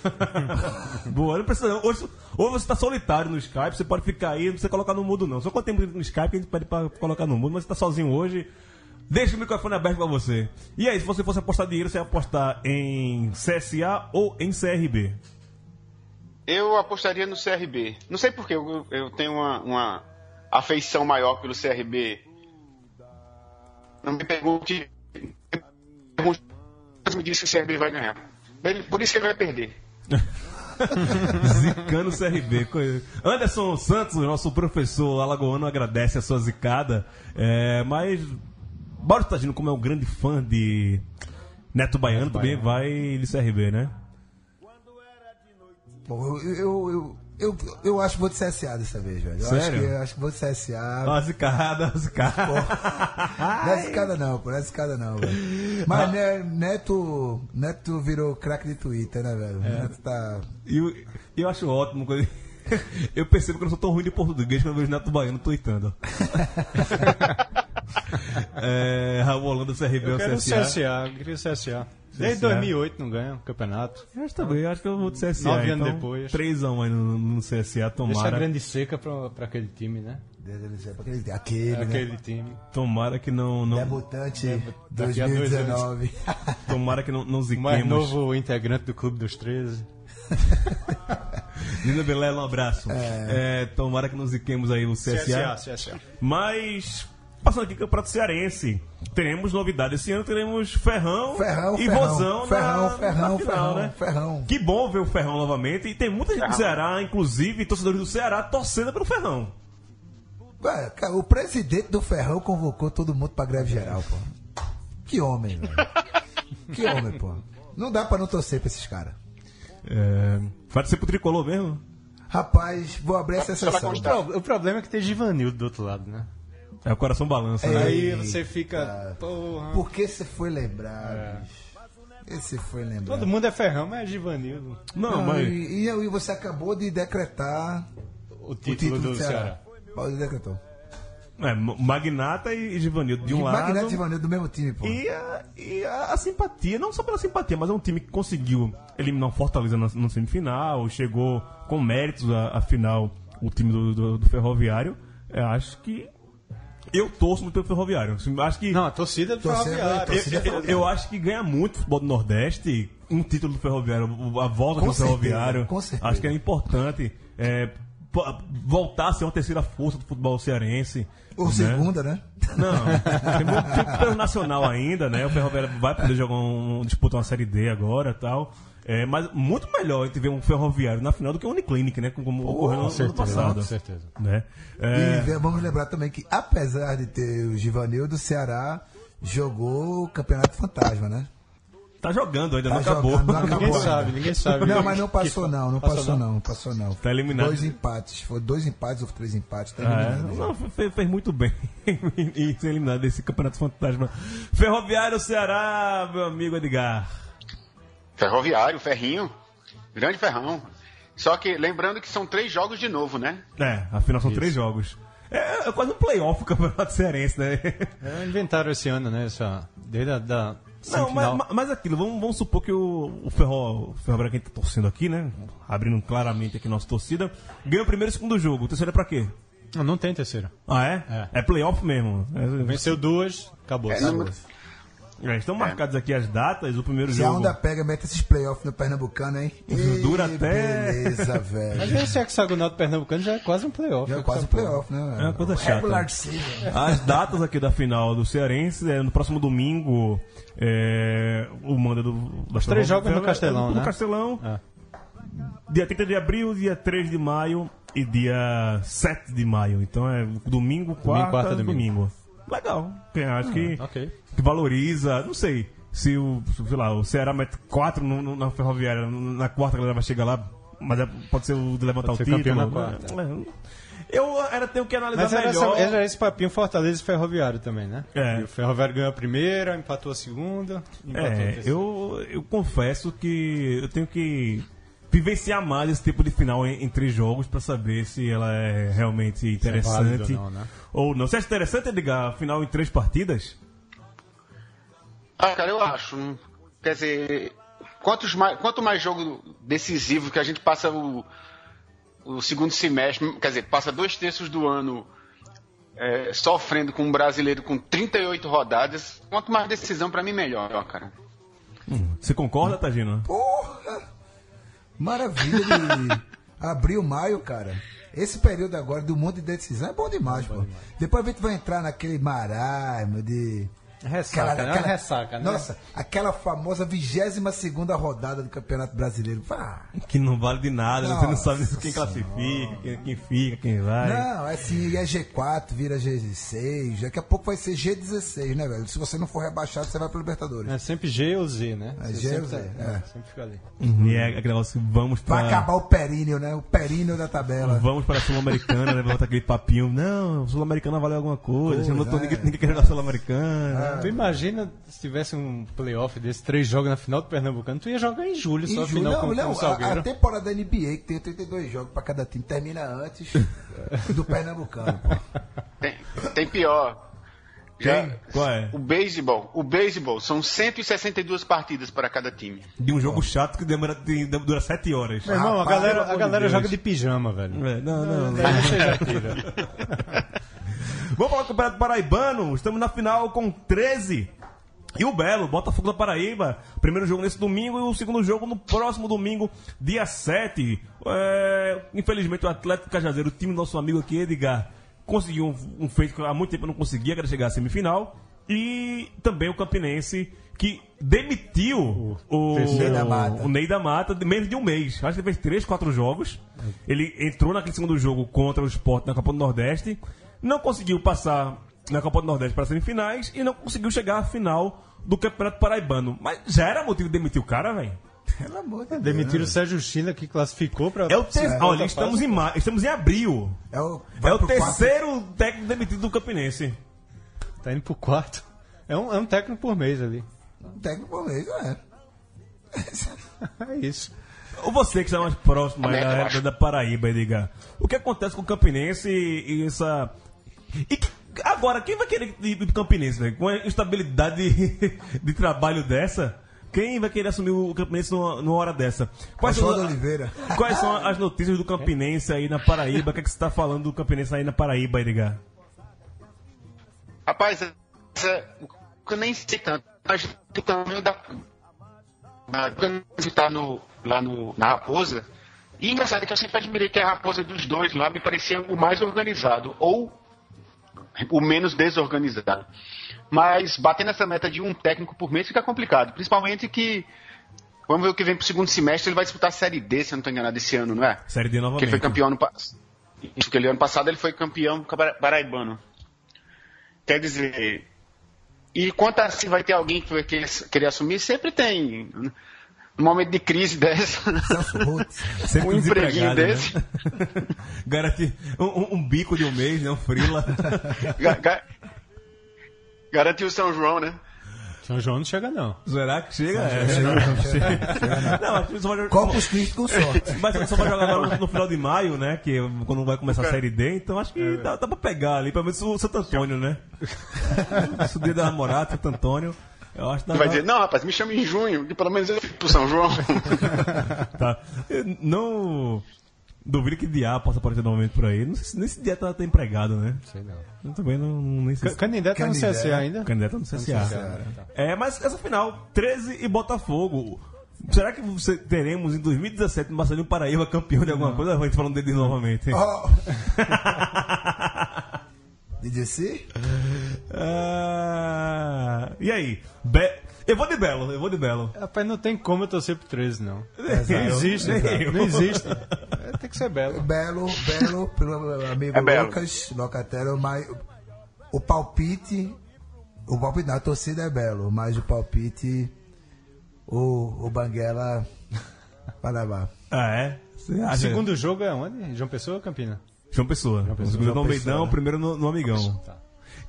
[SPEAKER 3] Boa, não precisa. não. Hoje, ou você tá solitário no Skype, você pode ficar aí, não precisa colocar no mudo, não. Só quando tem no Skype que a gente pede pra colocar no mudo, mas você tá sozinho hoje. Deixa o microfone aberto pra você. E aí, se você fosse apostar dinheiro, você ia apostar em CSA ou em CRB?
[SPEAKER 5] Eu apostaria no CRB. Não sei porquê, eu, eu tenho uma, uma afeição maior pelo CRB. Não me pergunte. Me disse que o CRB vai ganhar. Ele- Por isso que ele vai perder.
[SPEAKER 3] Zicando o CRB. coisa- Anderson Santos, nosso professor alagoano, agradece a sua zicada. É, mas Mauro Tagino, como é um grande fã de Neto Baiano, também vai de CRB, né?
[SPEAKER 4] Bom, eu, eu, eu, eu, eu acho que vou de CSA dessa vez, velho. Eu
[SPEAKER 3] Sério? Ah.
[SPEAKER 4] acho que, eu acho que vou de CSA.
[SPEAKER 3] Uma zicada, uma zicada.
[SPEAKER 4] Não é escada não, pô. Não é escada não, velho.
[SPEAKER 3] Ah.
[SPEAKER 4] Mas né, Neto, Neto virou craque de Twitter, né, velho?
[SPEAKER 3] É.
[SPEAKER 4] Neto tá...
[SPEAKER 3] E eu, e eu acho ótimo quando. Eu percebo que eu não sou tão ruim de português quando eu vejo Neto Baiano tweetando. é, Raul Holanda, CRB
[SPEAKER 1] Eu
[SPEAKER 3] ou
[SPEAKER 1] quero um o
[SPEAKER 3] CSA.
[SPEAKER 1] CSA, eu queria o CSA. Desde 2008 não ganha o campeonato.
[SPEAKER 3] Eu acho também, eu acho que eu vou de CSA.
[SPEAKER 1] Nove anos
[SPEAKER 3] então,
[SPEAKER 1] depois.
[SPEAKER 3] 3 a 1 aí no, no CSA,
[SPEAKER 1] Deixa a
[SPEAKER 3] tomara,
[SPEAKER 1] grande seca pra, pra aquele time, né?
[SPEAKER 4] Deus do céu, Aquele, aquele, né?
[SPEAKER 1] Aquele time.
[SPEAKER 3] tomara que não, não,
[SPEAKER 4] Debutante
[SPEAKER 1] daqui a dois
[SPEAKER 4] 2019.
[SPEAKER 3] tomara que não, não
[SPEAKER 1] O mais
[SPEAKER 3] ziquemos.
[SPEAKER 1] novo integrante do Clube dos 13.
[SPEAKER 3] Nina Belela, um abraço. É, tomara que não ziquemos aí o CSA.
[SPEAKER 1] CSA.
[SPEAKER 3] Mas, passando aqui para o Cearense, teremos novidade. Esse ano teremos Ferrão,
[SPEAKER 4] Ferrão,
[SPEAKER 3] e
[SPEAKER 4] Ferrão,
[SPEAKER 3] Vozão
[SPEAKER 4] Ferrão,
[SPEAKER 3] na,
[SPEAKER 4] Ferrão,
[SPEAKER 3] na final,
[SPEAKER 4] Ferrão,
[SPEAKER 3] né?
[SPEAKER 4] Ferrão.
[SPEAKER 3] Que bom ver o Ferrão novamente. E tem muita gente do Ceará, inclusive torcedores do Ceará, torcendo pelo Ferrão.
[SPEAKER 4] Ué, cara, É, o presidente do Ferrão convocou todo mundo pra greve geral, pô. Que homem, velho. Que homem, pô. Não dá pra não torcer pra esses caras.
[SPEAKER 3] É, vai ser pro Tricolor mesmo?
[SPEAKER 4] Rapaz, vou abrir essa
[SPEAKER 5] Só pra
[SPEAKER 4] sessão.
[SPEAKER 5] constar.
[SPEAKER 1] O problema é que tem Givanildo do outro lado, né?
[SPEAKER 3] É, o coração balança, né?
[SPEAKER 1] Aí você fica. Porra. né?
[SPEAKER 4] Por que você foi lembrar, bicho? Esse foi lembrar.
[SPEAKER 1] Todo mundo é ferrão, mas é Givanildo.
[SPEAKER 3] Não,
[SPEAKER 4] Ah,
[SPEAKER 3] mas...
[SPEAKER 4] e, e, e você acabou de decretar
[SPEAKER 1] O título,
[SPEAKER 4] o título do, Ceará.
[SPEAKER 1] Ceará.
[SPEAKER 4] Paulo decretou.
[SPEAKER 3] É, Magnata e e Givanildo de um
[SPEAKER 4] E
[SPEAKER 3] lado.
[SPEAKER 4] Magneto e Ivanildo do mesmo time, pô.
[SPEAKER 3] E, a, e a, a simpatia, não só pela simpatia, mas é um time que conseguiu eliminar o Fortaleza na, na semifinal, chegou com méritos à à final o time do, do- do Ferroviário. É, acho que. Eu torço muito pelo Ferroviário. Acho que.
[SPEAKER 1] Não, a torcida é do
[SPEAKER 4] Torcida-
[SPEAKER 1] Ferroviário.
[SPEAKER 4] torcida-
[SPEAKER 3] eu, eu- eu acho que ganha muito o futebol do Nordeste um título do Ferroviário, a volta
[SPEAKER 4] Com
[SPEAKER 3] do
[SPEAKER 4] certeza,
[SPEAKER 3] Ferroviário.
[SPEAKER 4] com certeza.
[SPEAKER 3] Acho que é importante é, po- voltar a ser uma terceira força do futebol cearense.
[SPEAKER 4] Ou
[SPEAKER 3] né?
[SPEAKER 4] segunda, né?
[SPEAKER 3] Não, tem muito tempo pelo nacional ainda, né? O Ferroviário vai poder jogar um, disputar uma série D agora e tal. É, mas muito melhor a gente ver um ferroviário na final do que um Uniclinic, né? Como ocorreu no ano passado.
[SPEAKER 1] Com certeza.
[SPEAKER 3] Né?
[SPEAKER 4] E
[SPEAKER 3] É,
[SPEAKER 4] ve- vamos lembrar também que, apesar de ter o Givanildo, o Ceará jogou o Campeonato Fantasma, né?
[SPEAKER 3] tá jogando ainda,
[SPEAKER 4] Tá
[SPEAKER 3] não acabou.
[SPEAKER 4] jogando, não
[SPEAKER 1] Ninguém
[SPEAKER 4] acabou.
[SPEAKER 1] sabe, ninguém sabe.
[SPEAKER 4] Não, mas não passou não, não
[SPEAKER 1] Passou
[SPEAKER 4] passou
[SPEAKER 1] não?
[SPEAKER 4] não, não passou não.
[SPEAKER 3] Tá eliminado.
[SPEAKER 4] Dois empates, foi dois empates ou três empates, tá
[SPEAKER 3] É,
[SPEAKER 4] eliminado.
[SPEAKER 3] não, fe- fez, muito bem em ser eliminado desse Campeonato Fantasma. Ferroviário Ceará, meu amigo Edgar.
[SPEAKER 5] Ferroviário, Ferrinho. Grande Ferrão. Só que, lembrando que são três jogos de novo, né?
[SPEAKER 3] É, afinal são três jogos. É, é quase um playoff o Campeonato Cearense, né?
[SPEAKER 1] É, inventaram esse ano, né? Essa, desde a da
[SPEAKER 3] Não,
[SPEAKER 1] Semifinal.
[SPEAKER 3] mas, ma- mas aquilo, vamos, vamos supor que o, o Ferro, o Ferro Branca tá torcendo aqui, né? Abrindo claramente aqui nossa torcida. Ganha o primeiro e o segundo jogo. O terceiro é pra quê?
[SPEAKER 1] Não, não tem terceira.
[SPEAKER 3] Ah, é? É, playoff mesmo. É,
[SPEAKER 1] Venceu duas, acabou.
[SPEAKER 5] É,
[SPEAKER 1] acabou.
[SPEAKER 5] número-
[SPEAKER 3] é, estão marcadas aqui as datas, o primeiro
[SPEAKER 4] Se um a
[SPEAKER 3] jogo.
[SPEAKER 4] onda pega, mete esses playoffs no Pernambucano, hein?
[SPEAKER 3] Dura
[SPEAKER 4] Ih,
[SPEAKER 3] até-
[SPEAKER 4] Beleza,
[SPEAKER 1] Às
[SPEAKER 4] velho.
[SPEAKER 1] vezes o hexagonal do Pernambucano já é quase um playoff.
[SPEAKER 4] Já é
[SPEAKER 1] né,
[SPEAKER 4] quase um
[SPEAKER 1] essa
[SPEAKER 4] playoff, né?
[SPEAKER 3] É uma coisa chata.
[SPEAKER 4] Regular season.
[SPEAKER 3] As datas aqui da final do Cearense é no próximo domingo. é, o manda do. Os
[SPEAKER 1] três jogos no Castelão,
[SPEAKER 3] No
[SPEAKER 1] né?
[SPEAKER 3] Castelão.
[SPEAKER 1] É.
[SPEAKER 3] Dia 30 de abril, dia 3 de maio e dia 7 de maio. Então é domingo, quarta,
[SPEAKER 1] quarta,
[SPEAKER 3] domingo.
[SPEAKER 1] domingo. Hum,
[SPEAKER 3] Legal. Eu acho que,
[SPEAKER 1] ok.
[SPEAKER 3] que valoriza. Não sei. Se o, sei lá, o Ceará mete 4 no- no- na ferroviária, na quarta a galera vai chegar lá. Mas é- pode ser o de levantar
[SPEAKER 1] Pode
[SPEAKER 3] o
[SPEAKER 1] ser campeão
[SPEAKER 3] título.
[SPEAKER 1] na quarta.
[SPEAKER 3] né? Eu era tenho que analisar
[SPEAKER 1] Mas era,
[SPEAKER 3] é melhor.
[SPEAKER 1] essa- é era esse papinho Fortaleza e Ferroviário também, né?
[SPEAKER 3] É.
[SPEAKER 1] E o Ferroviário ganhou a primeira, empatou a segunda, empatou a
[SPEAKER 3] É,
[SPEAKER 1] terceira.
[SPEAKER 3] eu, eu confesso que eu tenho que vivenciar mais esse tipo de final em, em três jogos pra saber se ela é realmente interessante
[SPEAKER 1] válido ou não, né?
[SPEAKER 3] ou não. Você acha interessante, Edgar, a final em três partidas?
[SPEAKER 5] Ah, cara, eu acho. Quer dizer, quantos mais, quanto mais jogo decisivo que a gente passa o, o segundo semestre, quer dizer, passa dois terços do ano é, sofrendo com um brasileiro com 38 rodadas, quanto mais decisão pra mim, melhor, ó, cara.
[SPEAKER 3] Você concorda, Tagino?
[SPEAKER 4] Porra! Maravilha de abril, maio, cara. Esse período agora do mundo de decisão é bom demais, pô. Depois a gente vai entrar naquele marasmo de.
[SPEAKER 1] Ressaca, né? Uma ressaca, né?
[SPEAKER 4] Nossa, aquela famosa 22 rodada do Campeonato Brasileiro. Vá!
[SPEAKER 3] Que não vale de nada, você não
[SPEAKER 4] Nossa
[SPEAKER 3] sabe quem classifica, quem, quem fica, quem vai.
[SPEAKER 4] Não, é assim, é G4, vira G16, daqui a pouco vai ser G16, né, velho? Se você não for rebaixado, você vai pro Libertadores.
[SPEAKER 1] É sempre G ou Z, né?
[SPEAKER 4] É,
[SPEAKER 1] Você
[SPEAKER 4] G ou
[SPEAKER 1] sempre
[SPEAKER 4] Z,
[SPEAKER 1] tá-
[SPEAKER 4] é.
[SPEAKER 1] Sempre fica ali.
[SPEAKER 3] Uhum. E é aquele negócio, vamos
[SPEAKER 4] Vai
[SPEAKER 3] pra...
[SPEAKER 4] acabar o períneo, né? O períneo da tabela.
[SPEAKER 3] Vamos para a Sul-Americana, né? Volta aquele papinho. Não, Sul-Americana valeu alguma coisa.
[SPEAKER 4] Pois
[SPEAKER 3] eu não tô,
[SPEAKER 4] é.
[SPEAKER 3] ninguém, ninguém quer jogar Sul-Americana.
[SPEAKER 1] Tu imagina se tivesse um playoff desses três jogos na final do Pernambucano, tu ia jogar em julho,
[SPEAKER 4] Em
[SPEAKER 1] só a
[SPEAKER 4] julho,
[SPEAKER 1] final com,
[SPEAKER 4] não,
[SPEAKER 1] com
[SPEAKER 4] não,
[SPEAKER 1] o
[SPEAKER 4] a,
[SPEAKER 1] Salgueiro.
[SPEAKER 4] a temporada da NBA, que tem 32 jogos pra cada time, termina antes do Pernambucano. pô.
[SPEAKER 5] Tem, tem pior. Já,
[SPEAKER 3] Tem? Qual é?
[SPEAKER 5] O beisebol. O beisebol são 162 partidas para cada time.
[SPEAKER 3] De um jogo chato que demora, tem- dura 7 horas.
[SPEAKER 1] Meu irmão, a
[SPEAKER 4] Rapaz,
[SPEAKER 1] galera,
[SPEAKER 3] pelo
[SPEAKER 1] a
[SPEAKER 3] amor
[SPEAKER 1] galera
[SPEAKER 3] de Deus.
[SPEAKER 1] joga de pijama,
[SPEAKER 4] Hum.
[SPEAKER 1] velho.
[SPEAKER 3] É, não, não, não.
[SPEAKER 1] Daí você já tira.
[SPEAKER 3] Vamos falar do Campeonato Paraibano. Estamos na final com 13. E o Belo, Botafogo da Paraíba. Primeiro jogo nesse domingo e o segundo jogo no próximo domingo, dia 7. É, infelizmente, o Atlético Cajazeiro, o time do nosso amigo aqui, Edgar, conseguiu um, um feito que há muito tempo eu não conseguia, que era chegar à semifinal. E também o Campinense, que demitiu o,
[SPEAKER 1] fez-
[SPEAKER 4] Ney da Mata.
[SPEAKER 3] o Ney da Mata de menos de um mês. Acho que ele fez 3, 4 jogos. Ele entrou naquele segundo jogo contra o Sport na Copa do Nordeste. Não conseguiu passar na Copa do Nordeste para as semifinais e não conseguiu chegar à final do Campeonato Paraibano. Mas já era motivo de demitir o cara, velho?
[SPEAKER 4] Pelo amor
[SPEAKER 1] É
[SPEAKER 4] de Deus.
[SPEAKER 1] Demitiram o Sérgio China, que classificou pra...
[SPEAKER 3] É o ter...
[SPEAKER 4] É,
[SPEAKER 3] Olha, estamos em, ma... estamos em abril.
[SPEAKER 4] É o,
[SPEAKER 3] É
[SPEAKER 4] vai
[SPEAKER 3] o
[SPEAKER 4] pro quarto.
[SPEAKER 3] terceiro técnico demitido do Campinense.
[SPEAKER 1] Tá indo pro quarto. É um, é um técnico por mês ali.
[SPEAKER 4] técnico polêmico, é.
[SPEAKER 1] É isso.
[SPEAKER 3] Ou você que está mais próximo aí
[SPEAKER 5] América,
[SPEAKER 3] da
[SPEAKER 5] Né, eu
[SPEAKER 3] época
[SPEAKER 5] acho.
[SPEAKER 3] da Paraíba, diga. O que acontece com o Campinense e, e essa. E que- agora, quem vai querer ir pro Campinense, velho? Com a estabilidade de, de trabalho dessa? Quem vai querer assumir o Campinense numa, numa hora dessa?
[SPEAKER 4] Oswaldo Oliveira.
[SPEAKER 3] quais são as notícias do Campinense aí na Paraíba? O que, é que você está falando do Campinense aí na Paraíba, Edgar?
[SPEAKER 5] Rapaz, essa, eu nem sei tanto, mas o tamanho da. da- Quando está no, lá no, na Raposa, e engraçado é que eu sempre admirei que a Raposa dos dois lá me parecia o mais organizado, ou o menos desorganizado. Mas bater nessa meta de um técnico por mês fica complicado, principalmente que. Vamos ver o que vem pro segundo semestre, ele vai disputar a Série D, se eu não estou enganado, esse ano, não é?
[SPEAKER 3] Série D
[SPEAKER 5] Porque
[SPEAKER 3] novamente.
[SPEAKER 5] ele foi campeão ano passado. Isso, que ele ano passado ele foi campeão para- paraibano. Quer dizer. E quanto a se vai ter alguém que vai querer querer assumir, sempre tem. No momento de crise dessa, né?
[SPEAKER 4] Celso Rutz.
[SPEAKER 3] Sempre
[SPEAKER 5] um empreguinho
[SPEAKER 3] desempregado, né?
[SPEAKER 5] desse.
[SPEAKER 3] Garantir um, um- um bico de um mês, né? Um frila.
[SPEAKER 5] ga- ga- garantiu o São João, né?
[SPEAKER 1] São João não chega, não.
[SPEAKER 3] Será que chega? É. Não, acho que só vai-
[SPEAKER 7] é
[SPEAKER 4] Corpus Christi com sorte.
[SPEAKER 3] Mas ele só vai jogar agora no final de maio, né? Que é quando vai começar a Série D, então acho
[SPEAKER 5] É.
[SPEAKER 3] que dá, dá pra pegar ali, pelo menos o Santo Antônio, né? o dia da namorada, Santo Antônio. Eu acho que
[SPEAKER 5] Vai dizer, não, rapaz, me chama em junho, que pelo menos eu fico pro São João. né?
[SPEAKER 3] Tá. Eu não duvido que Diá possa aparecer novamente por aí. Não sei se, nem se Diá tá, tá empregado, né?
[SPEAKER 7] Sei não.
[SPEAKER 3] Eu também não, não nem sei.
[SPEAKER 1] C-
[SPEAKER 3] se-
[SPEAKER 1] Canindé tá no
[SPEAKER 4] Canindé.
[SPEAKER 1] CSA ainda?
[SPEAKER 3] Candidato no CSA.
[SPEAKER 4] né?
[SPEAKER 1] Tá.
[SPEAKER 3] É, mas essa final, 13 e Botafogo. Será que você- teremos em 2017 no Marcelinho Paraíba campeão de alguma coisa? A gente falando dele novamente.
[SPEAKER 4] Ó. DJC?
[SPEAKER 3] Ah, e aí? Be- eu vou de Belo, eu vou de Belo.
[SPEAKER 1] Rapaz, não tem como eu torcer pro 13, não.
[SPEAKER 3] Exato.
[SPEAKER 4] É
[SPEAKER 1] Não existe,
[SPEAKER 3] Nem
[SPEAKER 1] cara.
[SPEAKER 3] eu.
[SPEAKER 1] Não existe. É, tem que ser belo.
[SPEAKER 4] Belo, belo, pelo amigo
[SPEAKER 5] É belo.
[SPEAKER 4] Lucas Locatello, mas o palpite. O palpite não, a torcida é belo, mas o palpite. O, o Banguela. Vai levar.
[SPEAKER 3] Ah, é? Você acha?
[SPEAKER 1] Segundo jogo é onde? João Pessoa ou Campina?
[SPEAKER 3] João Pessoa.
[SPEAKER 1] Pessoa.
[SPEAKER 3] Segundo no
[SPEAKER 1] João Pessoa.
[SPEAKER 3] Almeidão, primeiro no, no Amigão.
[SPEAKER 1] Tá.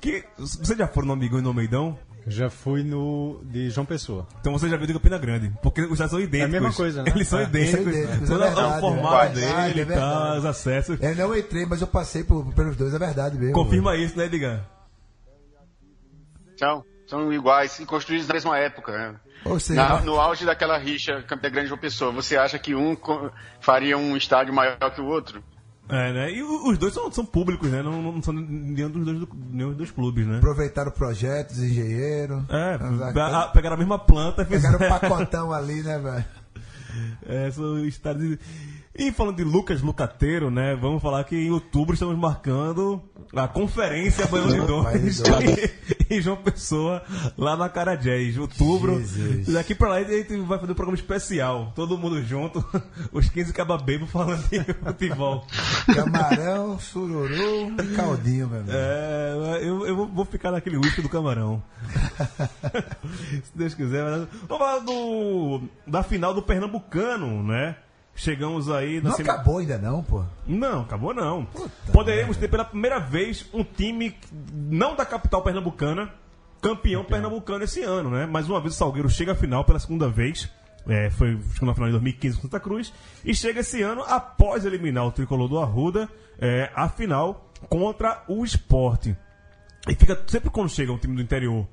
[SPEAKER 3] Que, você já foram no Amigão e no Almeidão?
[SPEAKER 1] Já fui no de João Pessoa.
[SPEAKER 3] Então você já viu de Campina Grande, porque os
[SPEAKER 4] É
[SPEAKER 3] dados são idênticos.
[SPEAKER 1] mesma coisa, né?
[SPEAKER 3] Eles são
[SPEAKER 1] É,
[SPEAKER 3] idênticos.
[SPEAKER 4] são idênticos,
[SPEAKER 3] Todo
[SPEAKER 4] é
[SPEAKER 3] o
[SPEAKER 4] verdade,
[SPEAKER 3] formato
[SPEAKER 4] é verdade,
[SPEAKER 3] dele,
[SPEAKER 4] é
[SPEAKER 3] tá,
[SPEAKER 4] verdade. É
[SPEAKER 3] os acessos.
[SPEAKER 4] Eu não entrei, mas eu passei por- pelos dois, é verdade mesmo.
[SPEAKER 3] Confirma isso, né, Edgar?
[SPEAKER 5] São, são iguais e construídos na mesma época. né?
[SPEAKER 4] Ou seja,
[SPEAKER 5] Na- no auge daquela rixa Campina Grande e João Pessoa, você acha que um co- faria um estádio maior que o outro?
[SPEAKER 3] É, né? E o- os dois são, são públicos, né? Não, não são nenhum dos dois, do- nenhum dos dois clubes, né?
[SPEAKER 4] aproveitaram projetos, engenheiro.
[SPEAKER 3] É,
[SPEAKER 4] Exato.
[SPEAKER 3] a- a- pegaram a mesma planta e
[SPEAKER 4] Pegaram
[SPEAKER 3] fizeram.
[SPEAKER 4] um pacotão ali, né, velho?
[SPEAKER 3] É, são estádios. E falando de Lucas Lucateiro, né? Vamos falar que em outubro estamos marcando a conferência Banhão de Dois
[SPEAKER 4] Baião de
[SPEAKER 3] e, e João Pessoa lá na Carajés. Outubro.
[SPEAKER 4] Jesus.
[SPEAKER 3] Daqui pra lá a gente vai fazer um programa especial. Todo mundo junto, os 15 cababebos falando de futebol.
[SPEAKER 4] Camarão, sururu e caldinho, meu amigo.
[SPEAKER 3] É, eu, eu vou ficar naquele uísque do camarão. Se Deus quiser. mas- Vamos falar do, da final do Pernambucano, né? Chegamos aí na
[SPEAKER 4] Não
[SPEAKER 3] semi-
[SPEAKER 4] acabou ainda, não, pô.
[SPEAKER 3] Não, acabou não. Poderemos ter pela primeira vez um time não da capital pernambucana, campeão pernambucano esse ano, né? Mais uma vez o Salgueiro chega à final pela segunda vez. É, foi chegou na final de 2015 com Santa Cruz. E chega esse ano, após eliminar o tricolor do Arruda, é, a final contra o esporte. E fica sempre quando chega um time do interior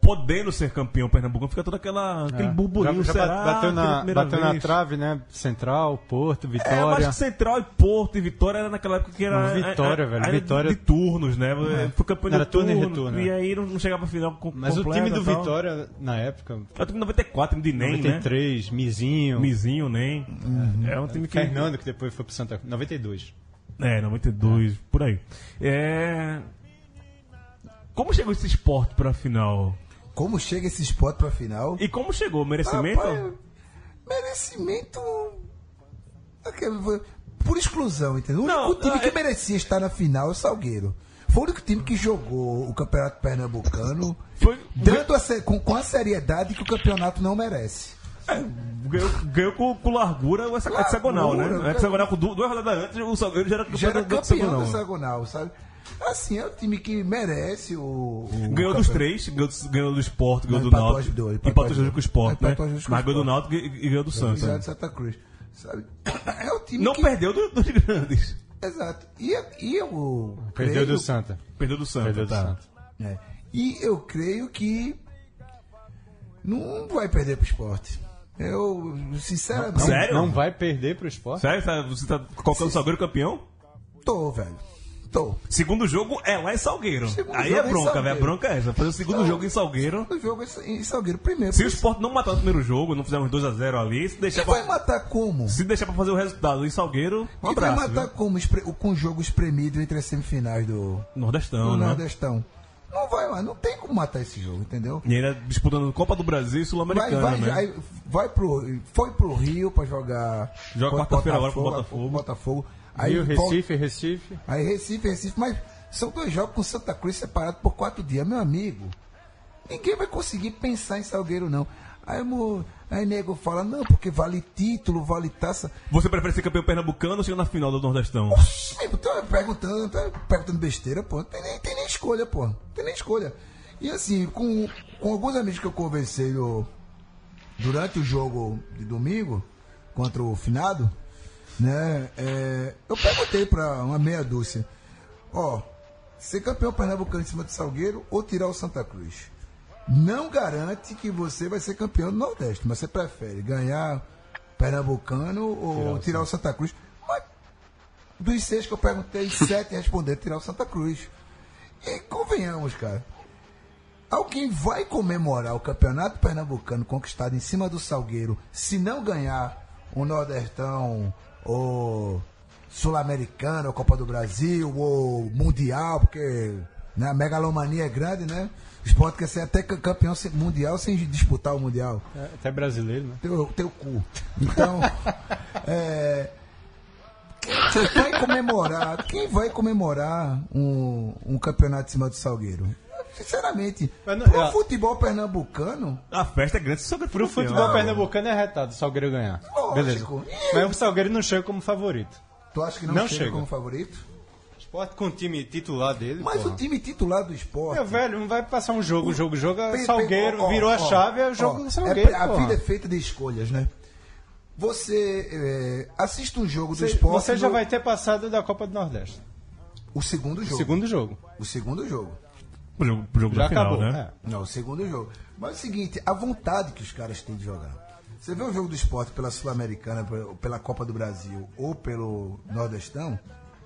[SPEAKER 3] podendo ser campeão pernambucano, fica toda aquela aquele
[SPEAKER 1] É.
[SPEAKER 3] burburinho,
[SPEAKER 1] Já- já
[SPEAKER 3] será?
[SPEAKER 1] bateu
[SPEAKER 3] que é
[SPEAKER 1] na,
[SPEAKER 3] a primeira
[SPEAKER 1] bateu na
[SPEAKER 3] vez?
[SPEAKER 1] trave, né? Central, Porto,
[SPEAKER 3] É, eu acho
[SPEAKER 1] Vitória.
[SPEAKER 3] que Central e Porto e Vitória era naquela época que era.
[SPEAKER 1] Vitória,
[SPEAKER 3] era-
[SPEAKER 1] velho,
[SPEAKER 3] era
[SPEAKER 1] Vitória- É.
[SPEAKER 3] De, de turnos, né? Foi campeão de
[SPEAKER 1] Era turno e retorno,
[SPEAKER 3] E
[SPEAKER 1] né?
[SPEAKER 3] aí não, não chegava a final com
[SPEAKER 1] Mas o
[SPEAKER 3] completa
[SPEAKER 1] time do
[SPEAKER 3] e tal.
[SPEAKER 1] Vitória, na época,
[SPEAKER 3] É o time 94, time de NEM, né?
[SPEAKER 1] 93, Mizinho,
[SPEAKER 3] Mizinho, NEM. É um time que.
[SPEAKER 1] Uhum. Fernando, que depois foi pro Santa Cruz. 92.
[SPEAKER 3] É, 92, por aí. É. Como chegou esse esporte pra final?
[SPEAKER 4] Como chega esse spot pra final?
[SPEAKER 3] E como chegou? Merecimento?
[SPEAKER 4] Merecimento? Merecimento. Aquele- Por exclusão, entendeu?
[SPEAKER 3] Não,
[SPEAKER 4] o único time
[SPEAKER 3] ah,
[SPEAKER 4] que
[SPEAKER 3] é-
[SPEAKER 4] merecia estar na final é o Salgueiro. Foi o único time que jogou o Campeonato Pernambucano
[SPEAKER 3] Foi-
[SPEAKER 4] dando a se- com, com a seriedade que o campeonato não merece.
[SPEAKER 3] Ganhou, ganhou com, com largura o hexa- hexagonal, né?
[SPEAKER 4] Largura,
[SPEAKER 3] O hexagonal com du- duas rodadas antes, o Salgueiro já era campeão,
[SPEAKER 4] Já
[SPEAKER 3] do
[SPEAKER 4] era campeão
[SPEAKER 3] hexagonal.
[SPEAKER 4] do hexagonal, sabe? Assim, é um time que merece o. o
[SPEAKER 3] Ganhou
[SPEAKER 4] o
[SPEAKER 3] dos
[SPEAKER 4] campeonato.
[SPEAKER 3] três, ganhou, do- ganhou do Sport, ganhou
[SPEAKER 4] Não,
[SPEAKER 3] do
[SPEAKER 4] empatou
[SPEAKER 3] Náutico.
[SPEAKER 4] as duas, empatou
[SPEAKER 3] Empatou
[SPEAKER 4] as
[SPEAKER 3] as
[SPEAKER 4] duas.
[SPEAKER 3] duas com o Sport, né?
[SPEAKER 4] Empatou as duas com o
[SPEAKER 3] Mas ganhou do
[SPEAKER 4] Sport.
[SPEAKER 3] Náutico e, e ganhou do Santos.
[SPEAKER 4] Apesar
[SPEAKER 3] né?
[SPEAKER 4] de Santa Cruz. Sabe? É o time
[SPEAKER 3] Não
[SPEAKER 4] que.
[SPEAKER 3] perdeu do- dos grandes.
[SPEAKER 4] Exato. E, e eu.
[SPEAKER 1] Perdeu
[SPEAKER 4] creio
[SPEAKER 1] do Santa.
[SPEAKER 3] Perdeu do Santos,
[SPEAKER 1] Perdeu do
[SPEAKER 3] tá.
[SPEAKER 1] Santa.
[SPEAKER 4] É. E eu creio que não vai perder pro esporte. Eu, sinceramente,
[SPEAKER 1] Não,
[SPEAKER 3] Sério?
[SPEAKER 1] Não vai perder pro esporte?
[SPEAKER 3] Sério? Tá- Você tá colocando o Salgueiro campeão?
[SPEAKER 4] tô, velho. Tô.
[SPEAKER 3] Segundo jogo é lá em Salgueiro.
[SPEAKER 4] Segundo
[SPEAKER 3] Aí
[SPEAKER 4] jogo
[SPEAKER 3] é
[SPEAKER 4] em
[SPEAKER 3] bronca, velho.
[SPEAKER 4] Salgueiro.
[SPEAKER 3] A bronca é essa. Fazer o segundo
[SPEAKER 4] Não.
[SPEAKER 3] jogo em Salgueiro.
[SPEAKER 4] O jogo é em Salgueiro primeiro.
[SPEAKER 3] Se o Sport não matar no primeiro jogo, não fizer uns 2x0 ali, se deixar,
[SPEAKER 4] E vai
[SPEAKER 3] pra,
[SPEAKER 4] matar como?
[SPEAKER 3] se deixar pra fazer o resultado em Salgueiro, um
[SPEAKER 4] e vai
[SPEAKER 3] abraço.
[SPEAKER 4] matar
[SPEAKER 3] viu?
[SPEAKER 4] como espre- com o jogo espremido entre as semifinais do,
[SPEAKER 3] Nordestão,
[SPEAKER 4] do
[SPEAKER 3] né?
[SPEAKER 4] Nordestão? Não vai lá, não tem como matar esse jogo, entendeu?
[SPEAKER 3] E ainda disputando Copa do Brasil e
[SPEAKER 4] Vai,
[SPEAKER 3] Sul-Americana,
[SPEAKER 4] vai,
[SPEAKER 3] né?
[SPEAKER 4] vai, vai pro, foi pro Rio pra jogar.
[SPEAKER 3] Joga
[SPEAKER 4] contra o
[SPEAKER 3] quarta-feira agora com o
[SPEAKER 4] Botafogo. Aí
[SPEAKER 1] Rio,
[SPEAKER 4] volta-
[SPEAKER 1] Recife, Recife.
[SPEAKER 4] Aí Recife, Recife, mas são dois jogos com Santa Cruz separado por quatro dias, meu amigo. Ninguém vai conseguir pensar em Salgueiro, não. Aí, mo, aí nego fala, não, porque vale título, vale taça.
[SPEAKER 3] Você prefere ser campeão pernambucano ou chegar na final do Nordestão?
[SPEAKER 4] Oxi, nego, tá perguntando, tá perguntando besteira, pô. Não tem nem, tem nem escolha, pô. Não tem nem escolha. E assim, com, com alguns amigos que eu conversei no- durante o jogo de domingo, contra o finado, né? é, eu perguntei pra uma meia dúzia, ó, ser campeão pernambucano em cima do Salgueiro ou tirar o Santa Cruz? não garante que você vai ser campeão do Nordeste, mas você prefere ganhar Pernambucano ou tirar o Santa Cruz. Mas dos seis que eu perguntei, sete responderam tirar o Santa Cruz. E convenhamos, cara. Alguém vai comemorar o campeonato pernambucano conquistado em cima do Salgueiro se não ganhar o Nordestão ou Sul-Americano, ou Copa do Brasil, ou Mundial, porque né, a megalomania é grande, né? O esporte quer ser até ca- campeão sem- mundial sem disputar o Mundial
[SPEAKER 1] É, até brasileiro, né?
[SPEAKER 4] teu, teu cu. Então, é, você vai comemorar. Quem vai comemorar um, um campeonato em cima do Salgueiro? Sinceramente,
[SPEAKER 1] Mas não-
[SPEAKER 4] pro
[SPEAKER 1] é-
[SPEAKER 4] futebol pernambucano,
[SPEAKER 3] A festa é grande, só que
[SPEAKER 1] Pro futebol pernambucano é retado o Salgueiro ganhar.
[SPEAKER 4] Lógico.
[SPEAKER 1] Beleza. Mas o Salgueiro não chega como favorito.
[SPEAKER 4] tu acha que não,
[SPEAKER 1] Não
[SPEAKER 4] chega,
[SPEAKER 1] chega.
[SPEAKER 4] como favorito?
[SPEAKER 1] Esporte com o time titular dele.
[SPEAKER 4] Mas
[SPEAKER 1] porra.
[SPEAKER 4] o time titular do esporte.
[SPEAKER 1] É, velho, não vai passar um jogo, jogo, jogo. é
[SPEAKER 4] Pe-
[SPEAKER 1] Salgueiro,
[SPEAKER 4] pe- ó,
[SPEAKER 1] virou a
[SPEAKER 4] ó,
[SPEAKER 1] chave, é
[SPEAKER 4] ó,
[SPEAKER 1] o jogo do
[SPEAKER 4] é
[SPEAKER 1] Salgueiro.
[SPEAKER 4] pe- a
[SPEAKER 1] porra.
[SPEAKER 4] vida é feita de escolhas, né? Você é, assiste um jogo do
[SPEAKER 1] Você-
[SPEAKER 4] esporte.
[SPEAKER 1] Você já
[SPEAKER 4] no-
[SPEAKER 1] vai ter passado da Copa do Nordeste.
[SPEAKER 4] O segundo jogo.
[SPEAKER 1] Segundo jogo.
[SPEAKER 4] O segundo jogo.
[SPEAKER 3] Pro jogo, pro jogo
[SPEAKER 1] Já
[SPEAKER 3] da final,
[SPEAKER 1] acabou.
[SPEAKER 3] né?
[SPEAKER 1] é.
[SPEAKER 4] Não, o segundo jogo. Mas é o seguinte, a vontade que os caras têm de jogar. Você vê o jogo do esporte pela Sul-Americana, pe- pela Copa do Brasil ou pelo Nordestão,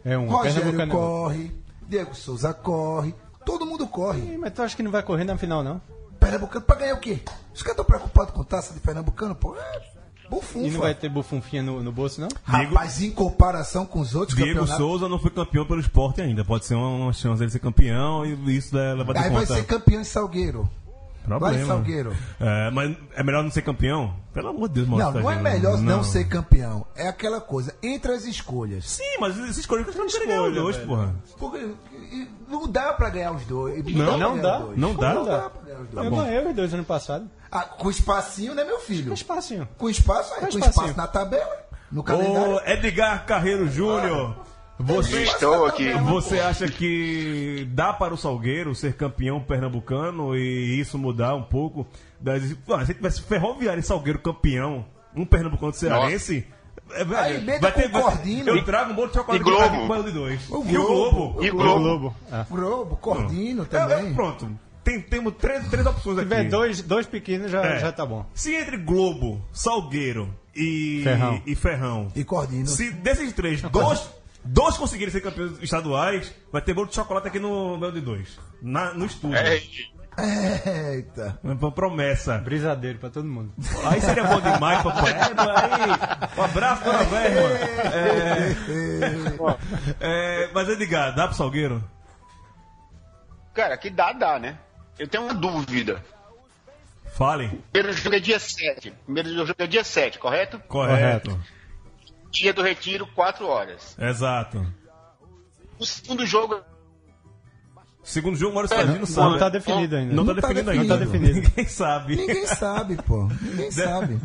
[SPEAKER 1] É, um
[SPEAKER 4] Rogério
[SPEAKER 1] pernambucano.
[SPEAKER 4] corre, Diego Souza corre, todo mundo corre.
[SPEAKER 1] Ih, Mas tu acha que não vai correr na final, não?
[SPEAKER 4] Pernambucano pra ganhar o quê? Os caras estão preocupados com taça de Pernambucano, pô. É,
[SPEAKER 1] E não vai
[SPEAKER 4] bufunfa.
[SPEAKER 1] ter bufunfinha no, no bolso, não?
[SPEAKER 4] Rapaz, em comparação com os outros
[SPEAKER 3] Diego
[SPEAKER 4] campeonatos,
[SPEAKER 3] Souza não foi campeão pelo esporte ainda. Pode ser uma, uma chance dele ser campeão e isso dá- leva de
[SPEAKER 4] aí vai
[SPEAKER 3] conta.
[SPEAKER 4] ser campeão em Salgueiro.
[SPEAKER 3] Problema.
[SPEAKER 4] Vai, Salgueiro.
[SPEAKER 3] É, mas é melhor não ser campeão? Pelo amor de Deus,
[SPEAKER 4] Não,
[SPEAKER 3] Maurício
[SPEAKER 4] não é
[SPEAKER 3] Tadeu,
[SPEAKER 4] melhor não. ser campeão. É aquela coisa, entre as escolhas.
[SPEAKER 3] Sim, mas esses escolhas que não querem ganhar os dois, porra.
[SPEAKER 4] Porque e- não dá pra ganhar os dois.
[SPEAKER 3] Não,
[SPEAKER 4] pra
[SPEAKER 1] não
[SPEAKER 4] ganhar
[SPEAKER 1] dá.
[SPEAKER 4] os dois.
[SPEAKER 3] Não dá.
[SPEAKER 4] Não dá pra ganhar os dois.
[SPEAKER 1] eu ganhei os dois ano passado.
[SPEAKER 4] Ah, com espacinho, né, meu filho?
[SPEAKER 1] Um espacinho.
[SPEAKER 4] Com espaço, é,
[SPEAKER 1] Com
[SPEAKER 4] com espaço
[SPEAKER 1] espacinho.
[SPEAKER 4] na tabela, no
[SPEAKER 3] Ô,
[SPEAKER 4] calendário.
[SPEAKER 3] Edgar Carreiro Júnior, você,
[SPEAKER 5] Estou aqui.
[SPEAKER 3] você acha que dá para o Salgueiro ser campeão pernambucano e isso mudar um pouco? Das... Ah, se tivesse Ferroviário e Salgueiro campeão, um pernambucano cearense... É, velho,
[SPEAKER 4] Aí emenda com Cordino.
[SPEAKER 3] Eu trago um monte de chocolate
[SPEAKER 5] E Globo.
[SPEAKER 3] pra cada um de dois. E
[SPEAKER 4] O
[SPEAKER 3] o
[SPEAKER 4] Globo.
[SPEAKER 3] Globo.
[SPEAKER 5] E Globo.
[SPEAKER 1] Globo. Ah.
[SPEAKER 4] Globo, Cordino
[SPEAKER 3] É, é,
[SPEAKER 4] também.
[SPEAKER 3] pronto. Tem, temos três, três opções
[SPEAKER 1] Se
[SPEAKER 3] aqui.
[SPEAKER 1] tiver dois, dois pequenos, já,
[SPEAKER 3] É.
[SPEAKER 1] já tá bom.
[SPEAKER 3] Se entre Globo, Salgueiro e
[SPEAKER 1] Ferrão.
[SPEAKER 3] e Ferrão
[SPEAKER 4] e Cordino.
[SPEAKER 3] se desses três, dois, dois conseguirem ser campeões estaduais, vai ter bolo de chocolate aqui no Mel de Dois. Na, no estúdio.
[SPEAKER 5] É,
[SPEAKER 4] Eita.
[SPEAKER 3] É Uma promessa.
[SPEAKER 1] Brisadeiro pra todo mundo.
[SPEAKER 3] Aí seria bom demais, papai. É, mano, aí, um abraço para velho, mano. É, é, mas Edgar, dá pro Salgueiro?
[SPEAKER 5] cara, que dá, dá, né? Eu tenho uma dúvida.
[SPEAKER 3] Fale.
[SPEAKER 5] Primeiro jogo é dia 7. Primeiro jogo é dia 7, correto?
[SPEAKER 3] Correto.
[SPEAKER 5] Dia do retiro, 4 horas.
[SPEAKER 3] Exato.
[SPEAKER 5] O segundo jogo
[SPEAKER 3] Segundo jogo, Maurício Fadinho não sabe.
[SPEAKER 1] Não tá definido ainda.
[SPEAKER 3] Não tá
[SPEAKER 4] Não tá
[SPEAKER 3] definido
[SPEAKER 4] definido.
[SPEAKER 3] ainda.
[SPEAKER 4] Não tá
[SPEAKER 1] definido.
[SPEAKER 3] Ninguém sabe.
[SPEAKER 4] Ninguém sabe, pô.
[SPEAKER 3] Né?
[SPEAKER 4] Ninguém sabe.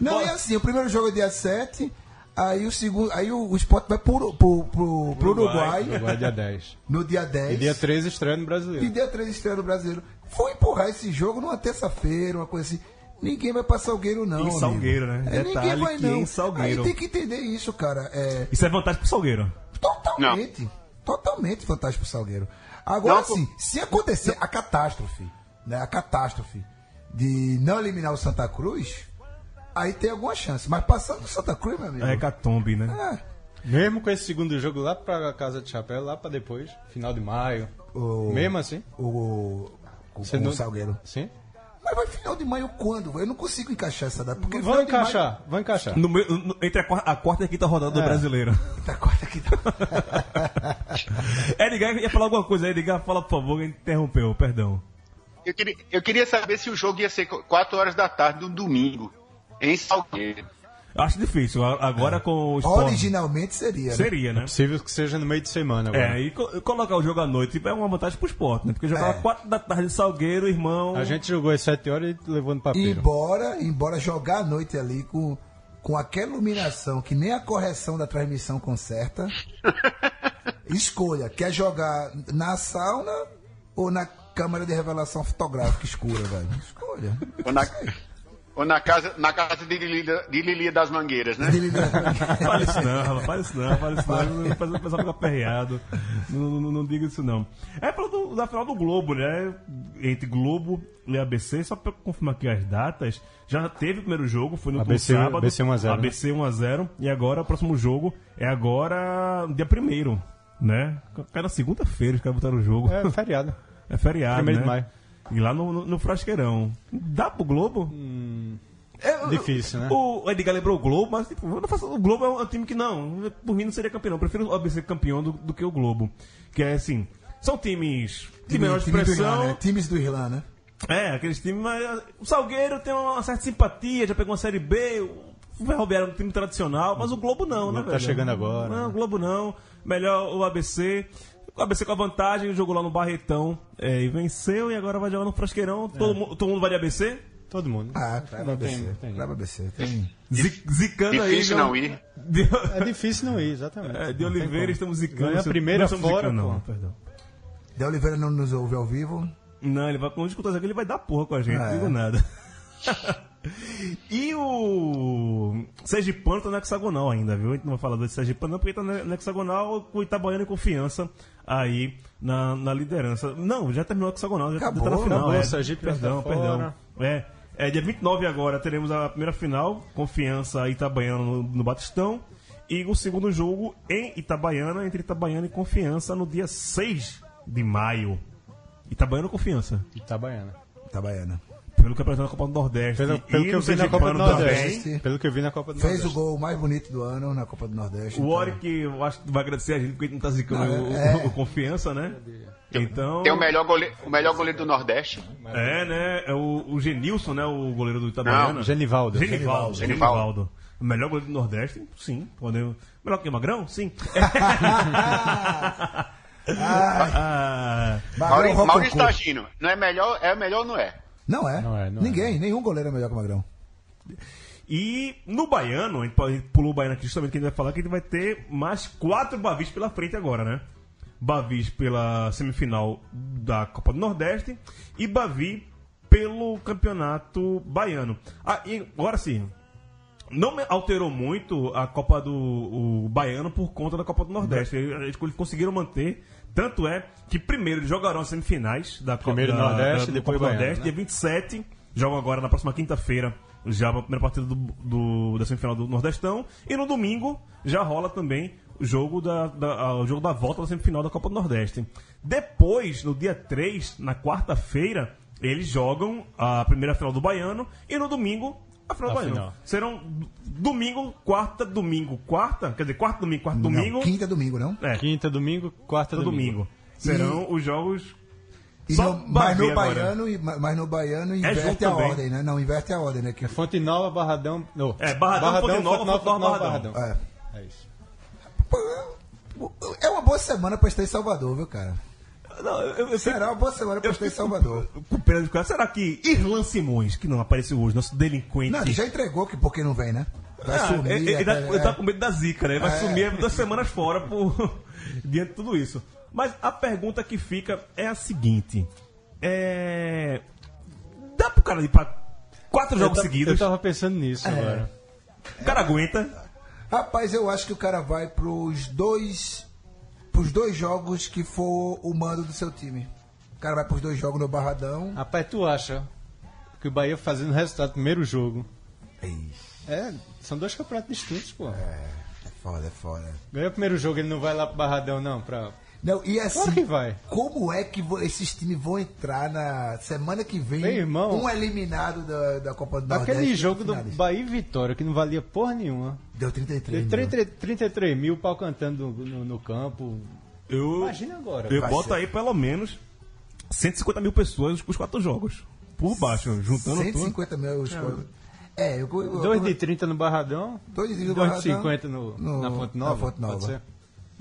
[SPEAKER 4] Não,
[SPEAKER 3] Bom.
[SPEAKER 4] é assim, o primeiro jogo é dia 7, aí o segundo, aí o, o Sport vai pro, pro, pro, pro
[SPEAKER 3] Uruguai.
[SPEAKER 4] Uruguai,
[SPEAKER 1] Uruguai dia 10.
[SPEAKER 4] no dia 10.
[SPEAKER 1] E dia 13 estreia no
[SPEAKER 4] É E
[SPEAKER 1] brasileiro.
[SPEAKER 4] deu três estrelas no brasileiro. Foi empurrar esse jogo numa terça-feira, uma coisa assim. Ninguém vai pra Salgueiro, não.
[SPEAKER 3] Em
[SPEAKER 4] amigo.
[SPEAKER 3] Salgueiro, né?
[SPEAKER 4] É,
[SPEAKER 3] Detalhe
[SPEAKER 4] ninguém vai,
[SPEAKER 3] que
[SPEAKER 4] não.
[SPEAKER 3] em Salgueiro.
[SPEAKER 4] Aí tem que entender isso, cara. É
[SPEAKER 3] Isso é vantagem pro Salgueiro.
[SPEAKER 4] totalmente, totalmente fantástico pro Salgueiro. Agora
[SPEAKER 5] Não, pô.
[SPEAKER 4] sim, se acontecer a catástrofe, né? A catástrofe de não eliminar o Santa Cruz, aí tem alguma chance. Mas passando o Santa Cruz, meu amigo.
[SPEAKER 3] É hecatombe, né?
[SPEAKER 4] é,
[SPEAKER 1] Mesmo com esse segundo jogo lá pra Casa de Chapéu, lá pra depois, final de maio.
[SPEAKER 4] O-
[SPEAKER 1] Mesmo assim.
[SPEAKER 4] O, o,
[SPEAKER 1] você
[SPEAKER 4] com
[SPEAKER 1] não-
[SPEAKER 4] o Salgueiro.
[SPEAKER 1] Sim.
[SPEAKER 4] Mas vai final de maio quando? Eu não consigo encaixar essa data. Porque
[SPEAKER 1] Vamos
[SPEAKER 4] final de maio-
[SPEAKER 1] encaixar, vamos encaixar.
[SPEAKER 3] No meio- no- entre a quar- a quarta, e a quinta rodada do
[SPEAKER 1] Tá. É.
[SPEAKER 3] brasileiro.
[SPEAKER 4] Tá, corta aqui.
[SPEAKER 3] Edgar ia falar alguma coisa, Edgar, fala por favor, interrompeu, perdão.
[SPEAKER 5] Eu queria, eu queria saber se o jogo ia ser 4 horas da tarde do domingo, em Salgueiro.
[SPEAKER 3] Acho difícil, a- agora com o esporte.
[SPEAKER 4] Originalmente seria. né?
[SPEAKER 3] Seria, né?
[SPEAKER 1] é Possível né? que seja no meio de semana agora.
[SPEAKER 3] É, e co- colocar o jogo à noite é uma vantagem pro esporte, né? Porque jogava
[SPEAKER 4] É.
[SPEAKER 3] 4 da tarde em Salgueiro, irmão.
[SPEAKER 1] A gente jogou às 7 horas e levou no papel.
[SPEAKER 4] Embora, embora jogar à noite ali com, com aquela iluminação que nem a correção da transmissão conserta. escolha, quer jogar na sauna ou na câmara de revelação fotográfica escura, velho? Escolha.
[SPEAKER 5] Ou na, Ou na casa, na casa de, Lili, de Lilia das Mangueiras, né?
[SPEAKER 3] Fala isso não, rapaz, fala isso não, fala isso não. faz O pessoal fica aperreado. Não, não, não diga isso não. É pra do, da final do Globo, né? Entre Globo e ABC, só pra confirmar aqui as datas. Já teve o primeiro jogo, foi no
[SPEAKER 1] ABC,
[SPEAKER 3] sábado.
[SPEAKER 1] ABC 1 a 0, né?
[SPEAKER 3] ABC 1 a 0 E agora o próximo jogo é agora dia 1 né? Cara, segunda-feira os caras botaram o jogo.
[SPEAKER 1] É feriado.
[SPEAKER 3] É feriado.
[SPEAKER 1] Primeiro
[SPEAKER 3] né?
[SPEAKER 1] de maio.
[SPEAKER 3] E lá no, no, no Frasqueirão. Dá pro Globo? É,
[SPEAKER 1] Difícil, né?
[SPEAKER 3] O Edgar lembrou o Globo, mas tipo, eu não faço- o Globo é um, é um time que não. Por mim não seria campeão. Eu prefiro o ABC campeão do, do que o Globo. Que é assim. São times de menor
[SPEAKER 4] do Irlanda, né?
[SPEAKER 3] expressão.
[SPEAKER 4] Times do Irlanda, né?
[SPEAKER 3] É, aqueles times, mas. ah, O Salgueiro tem uma certa simpatia, já pegou uma série B. O Ferroviário é um time tradicional, mas o Globo não, né,
[SPEAKER 1] Tá
[SPEAKER 3] velho?
[SPEAKER 1] chegando agora,
[SPEAKER 3] Não,
[SPEAKER 1] né?
[SPEAKER 3] o Globo não. Melhor o ABC. O ABC com a vantagem, jogou lá no Barretão é, e venceu, e agora vai jogar no Frasqueirão.
[SPEAKER 1] É.
[SPEAKER 3] Todo, mu- todo mundo vai de ABC?
[SPEAKER 1] Todo mundo.
[SPEAKER 4] Ah, vai pra BC.
[SPEAKER 1] tem.
[SPEAKER 4] Vai pra BC. Tem.
[SPEAKER 3] Zi- Zicando aí.
[SPEAKER 5] Difícil
[SPEAKER 3] já-
[SPEAKER 5] não ir.
[SPEAKER 3] De,
[SPEAKER 1] É difícil não ir, exatamente.
[SPEAKER 3] é,
[SPEAKER 1] Não
[SPEAKER 3] de
[SPEAKER 1] tem
[SPEAKER 3] Oliveira
[SPEAKER 1] como.
[SPEAKER 3] estamos zicando.
[SPEAKER 1] Ganha a
[SPEAKER 3] seu-
[SPEAKER 1] primeira
[SPEAKER 3] não estamos
[SPEAKER 1] fora,
[SPEAKER 3] zicando,
[SPEAKER 1] pô.
[SPEAKER 3] não, perdão.
[SPEAKER 4] De Oliveira não nos ouve ao vivo.
[SPEAKER 3] Não, ele vai, quando escutar isso aqui, ele vai dar porra com a gente,
[SPEAKER 4] Ah,
[SPEAKER 3] não
[SPEAKER 4] é.
[SPEAKER 3] digo nada. e o Sergipano tá no hexagonal ainda, viu? A gente não vai falar do Sergipano não, porque tá no no hexagonal com o Itabaiana e confiança aí na, na liderança. Não, já terminou o hexagonal, já
[SPEAKER 4] Acabou,
[SPEAKER 3] tá na final.
[SPEAKER 1] acabou,
[SPEAKER 3] é,
[SPEAKER 1] o Sergipe já tá
[SPEAKER 3] perdão, perdão.
[SPEAKER 1] fora.
[SPEAKER 3] É, é, dia 29 agora teremos a primeira final, confiança e Itabaiana no, no Batistão. E o segundo jogo em Itabaiana, entre Itabaiana e Confiança, no dia 6 de maio. Itabaiana ou Confiança?
[SPEAKER 1] Itabaiana.
[SPEAKER 4] Itabaiana.
[SPEAKER 3] Pelo que apresentou na Copa do Nordeste.
[SPEAKER 1] Pelo,
[SPEAKER 3] E
[SPEAKER 1] pelo
[SPEAKER 3] no
[SPEAKER 1] que eu vi na
[SPEAKER 3] Sergipano
[SPEAKER 1] Copa do
[SPEAKER 3] também.
[SPEAKER 1] Nordeste.
[SPEAKER 4] também.
[SPEAKER 1] Pelo que eu vi na Copa do
[SPEAKER 4] Fez o
[SPEAKER 1] Nordeste.
[SPEAKER 4] gol mais bonito do ano na Copa do Nordeste.
[SPEAKER 3] O
[SPEAKER 4] então.
[SPEAKER 3] Ori, que eu acho que vai agradecer a gente, porque a gente não tá zicando
[SPEAKER 4] Não,
[SPEAKER 3] o,
[SPEAKER 4] é.
[SPEAKER 3] o- o Confiança, né? Então.
[SPEAKER 5] Tem um o melhor goleiro, o melhor goleiro do Nordeste.
[SPEAKER 3] É, né? É o, o Genilson, né? O goleiro do
[SPEAKER 5] Não,
[SPEAKER 3] Itabaiana.
[SPEAKER 1] Genivaldo.
[SPEAKER 3] Genivaldo.
[SPEAKER 5] Genivaldo.
[SPEAKER 3] Genivaldo. O melhor goleiro do Nordeste? Sim. Podemos... Melhor que o Magrão? Sim. Ah,
[SPEAKER 4] Magrão
[SPEAKER 5] Mauri,
[SPEAKER 4] rouba o cu.
[SPEAKER 5] Maurício Tagino. Não é melhor, é melhor ou não é?
[SPEAKER 4] Não é.
[SPEAKER 1] Não é, não
[SPEAKER 4] Ninguém, nenhum goleiro é melhor que o Magrão.
[SPEAKER 3] E no Baiano, a gente pode- a gente pulou o Baiano aqui justamente que a gente vai falar que a gente vai ter mais quatro Bavis pela frente agora, né? Bavis pela semifinal da Copa do Nordeste e Bavi pelo campeonato baiano. Ah, e agora sim, não me- alterou muito a Copa do o Baiano por conta da Copa do Nordeste. Eles eles conseguiram manter. Tanto é que primeiro eles jogarão as semifinais da Copa
[SPEAKER 1] Primeiro
[SPEAKER 3] da,
[SPEAKER 1] Nordeste,
[SPEAKER 3] da,
[SPEAKER 1] depois
[SPEAKER 3] Copa do
[SPEAKER 1] Baiano,
[SPEAKER 3] Nordeste.
[SPEAKER 1] né?
[SPEAKER 3] Dia 27, jogam agora na próxima quinta-feira já a primeira partida do, do- da semifinal do Nordestão. E no domingo já rola também o jogo da, da- a- o jogo da volta da semifinal da Copa do Nordeste. Depois, no dia 3, na quarta-feira, eles jogam a primeira final do Baiano e no domingo a final do
[SPEAKER 1] A
[SPEAKER 3] Baiano.
[SPEAKER 1] final.
[SPEAKER 3] Serão d- domingo, quarta, domingo, quarta, quer dizer, quarta, domingo, quarta, domingo,
[SPEAKER 4] Não, quinta é domingo, não?
[SPEAKER 3] é, quinta,
[SPEAKER 1] Quinta, domingo, quarta,
[SPEAKER 3] domingo.
[SPEAKER 1] domingo.
[SPEAKER 3] Serão os jogos
[SPEAKER 4] E
[SPEAKER 3] Só
[SPEAKER 4] no- mas,
[SPEAKER 3] Bavi
[SPEAKER 4] no
[SPEAKER 3] agora. É
[SPEAKER 4] baiano, e- mas no baiano inverte
[SPEAKER 3] junto
[SPEAKER 4] a
[SPEAKER 3] também.
[SPEAKER 4] ordem, né? Não, inverte a ordem, né? Que,
[SPEAKER 1] É Fonte Nova, Barradão. não.
[SPEAKER 3] É, Barradão, Fonte Nova, Fonte Nova, Barradão.
[SPEAKER 4] é.
[SPEAKER 1] É isso.
[SPEAKER 4] Pô, é uma boa semana pra estar em Salvador, viu, cara?
[SPEAKER 3] Não, eu, eu sempre-
[SPEAKER 4] Será uma boa semana pra
[SPEAKER 3] eu
[SPEAKER 4] estar em
[SPEAKER 3] fico-
[SPEAKER 4] Salvador.
[SPEAKER 3] com pena de ficar. Será que Irlan Simões, que não apareceu hoje, nosso delinquente.
[SPEAKER 4] Não, ele já entregou que porque não vem, né? Vai
[SPEAKER 3] Ah,
[SPEAKER 4] sumir. é.
[SPEAKER 3] ele, ele tá,
[SPEAKER 4] até-
[SPEAKER 3] ele tá com medo da zica, né? Ele vai
[SPEAKER 4] É.
[SPEAKER 3] sumir duas semanas fora por... diante de tudo isso. Mas a pergunta que fica é a seguinte: é... Dá pro cara ir pra quatro jogos
[SPEAKER 1] eu ta-
[SPEAKER 3] seguidos?
[SPEAKER 1] Eu tava pensando nisso
[SPEAKER 4] É.
[SPEAKER 1] agora.
[SPEAKER 3] O cara aguenta.
[SPEAKER 4] Rapaz, eu acho que o cara vai pros dois. Pros dois jogos que for o mando do seu time. O cara vai pros dois jogos no Barradão.
[SPEAKER 1] Rapaz, tu acha que o Bahia fazendo resultado do primeiro jogo. É, são dois campeonatos distintos, pô.
[SPEAKER 4] É foda, é foda.
[SPEAKER 1] Ganha o primeiro jogo, ele não vai lá pro Barradão, não, pra.
[SPEAKER 4] Não, e assim,
[SPEAKER 1] Claro que vai.
[SPEAKER 4] como é que vo- esses times vão entrar na semana que vem?
[SPEAKER 1] Meu irmão.
[SPEAKER 4] um eliminado da, da Copa do Nordeste. é
[SPEAKER 1] Aquele jogo do
[SPEAKER 4] finalista.
[SPEAKER 1] Bahia e Vitória, que não valia porra nenhuma.
[SPEAKER 4] Deu 33.
[SPEAKER 1] Deu
[SPEAKER 4] mil.
[SPEAKER 1] 33, 33 mil pau cantando no, no- no campo.
[SPEAKER 3] Eu,
[SPEAKER 1] Imagina agora.
[SPEAKER 3] eu
[SPEAKER 4] Vai
[SPEAKER 3] boto
[SPEAKER 4] ser.
[SPEAKER 3] aí pelo menos 150 mil pessoas com os quatro jogos. Por baixo, juntando tudo.
[SPEAKER 4] 150 mil os co- É, eu, eu,
[SPEAKER 1] 2 de 30 no Barradão.
[SPEAKER 4] Dois de
[SPEAKER 1] 2,50 no, na Fonte Nova.
[SPEAKER 4] Na Fonte
[SPEAKER 1] pode
[SPEAKER 4] Nova.
[SPEAKER 1] ser?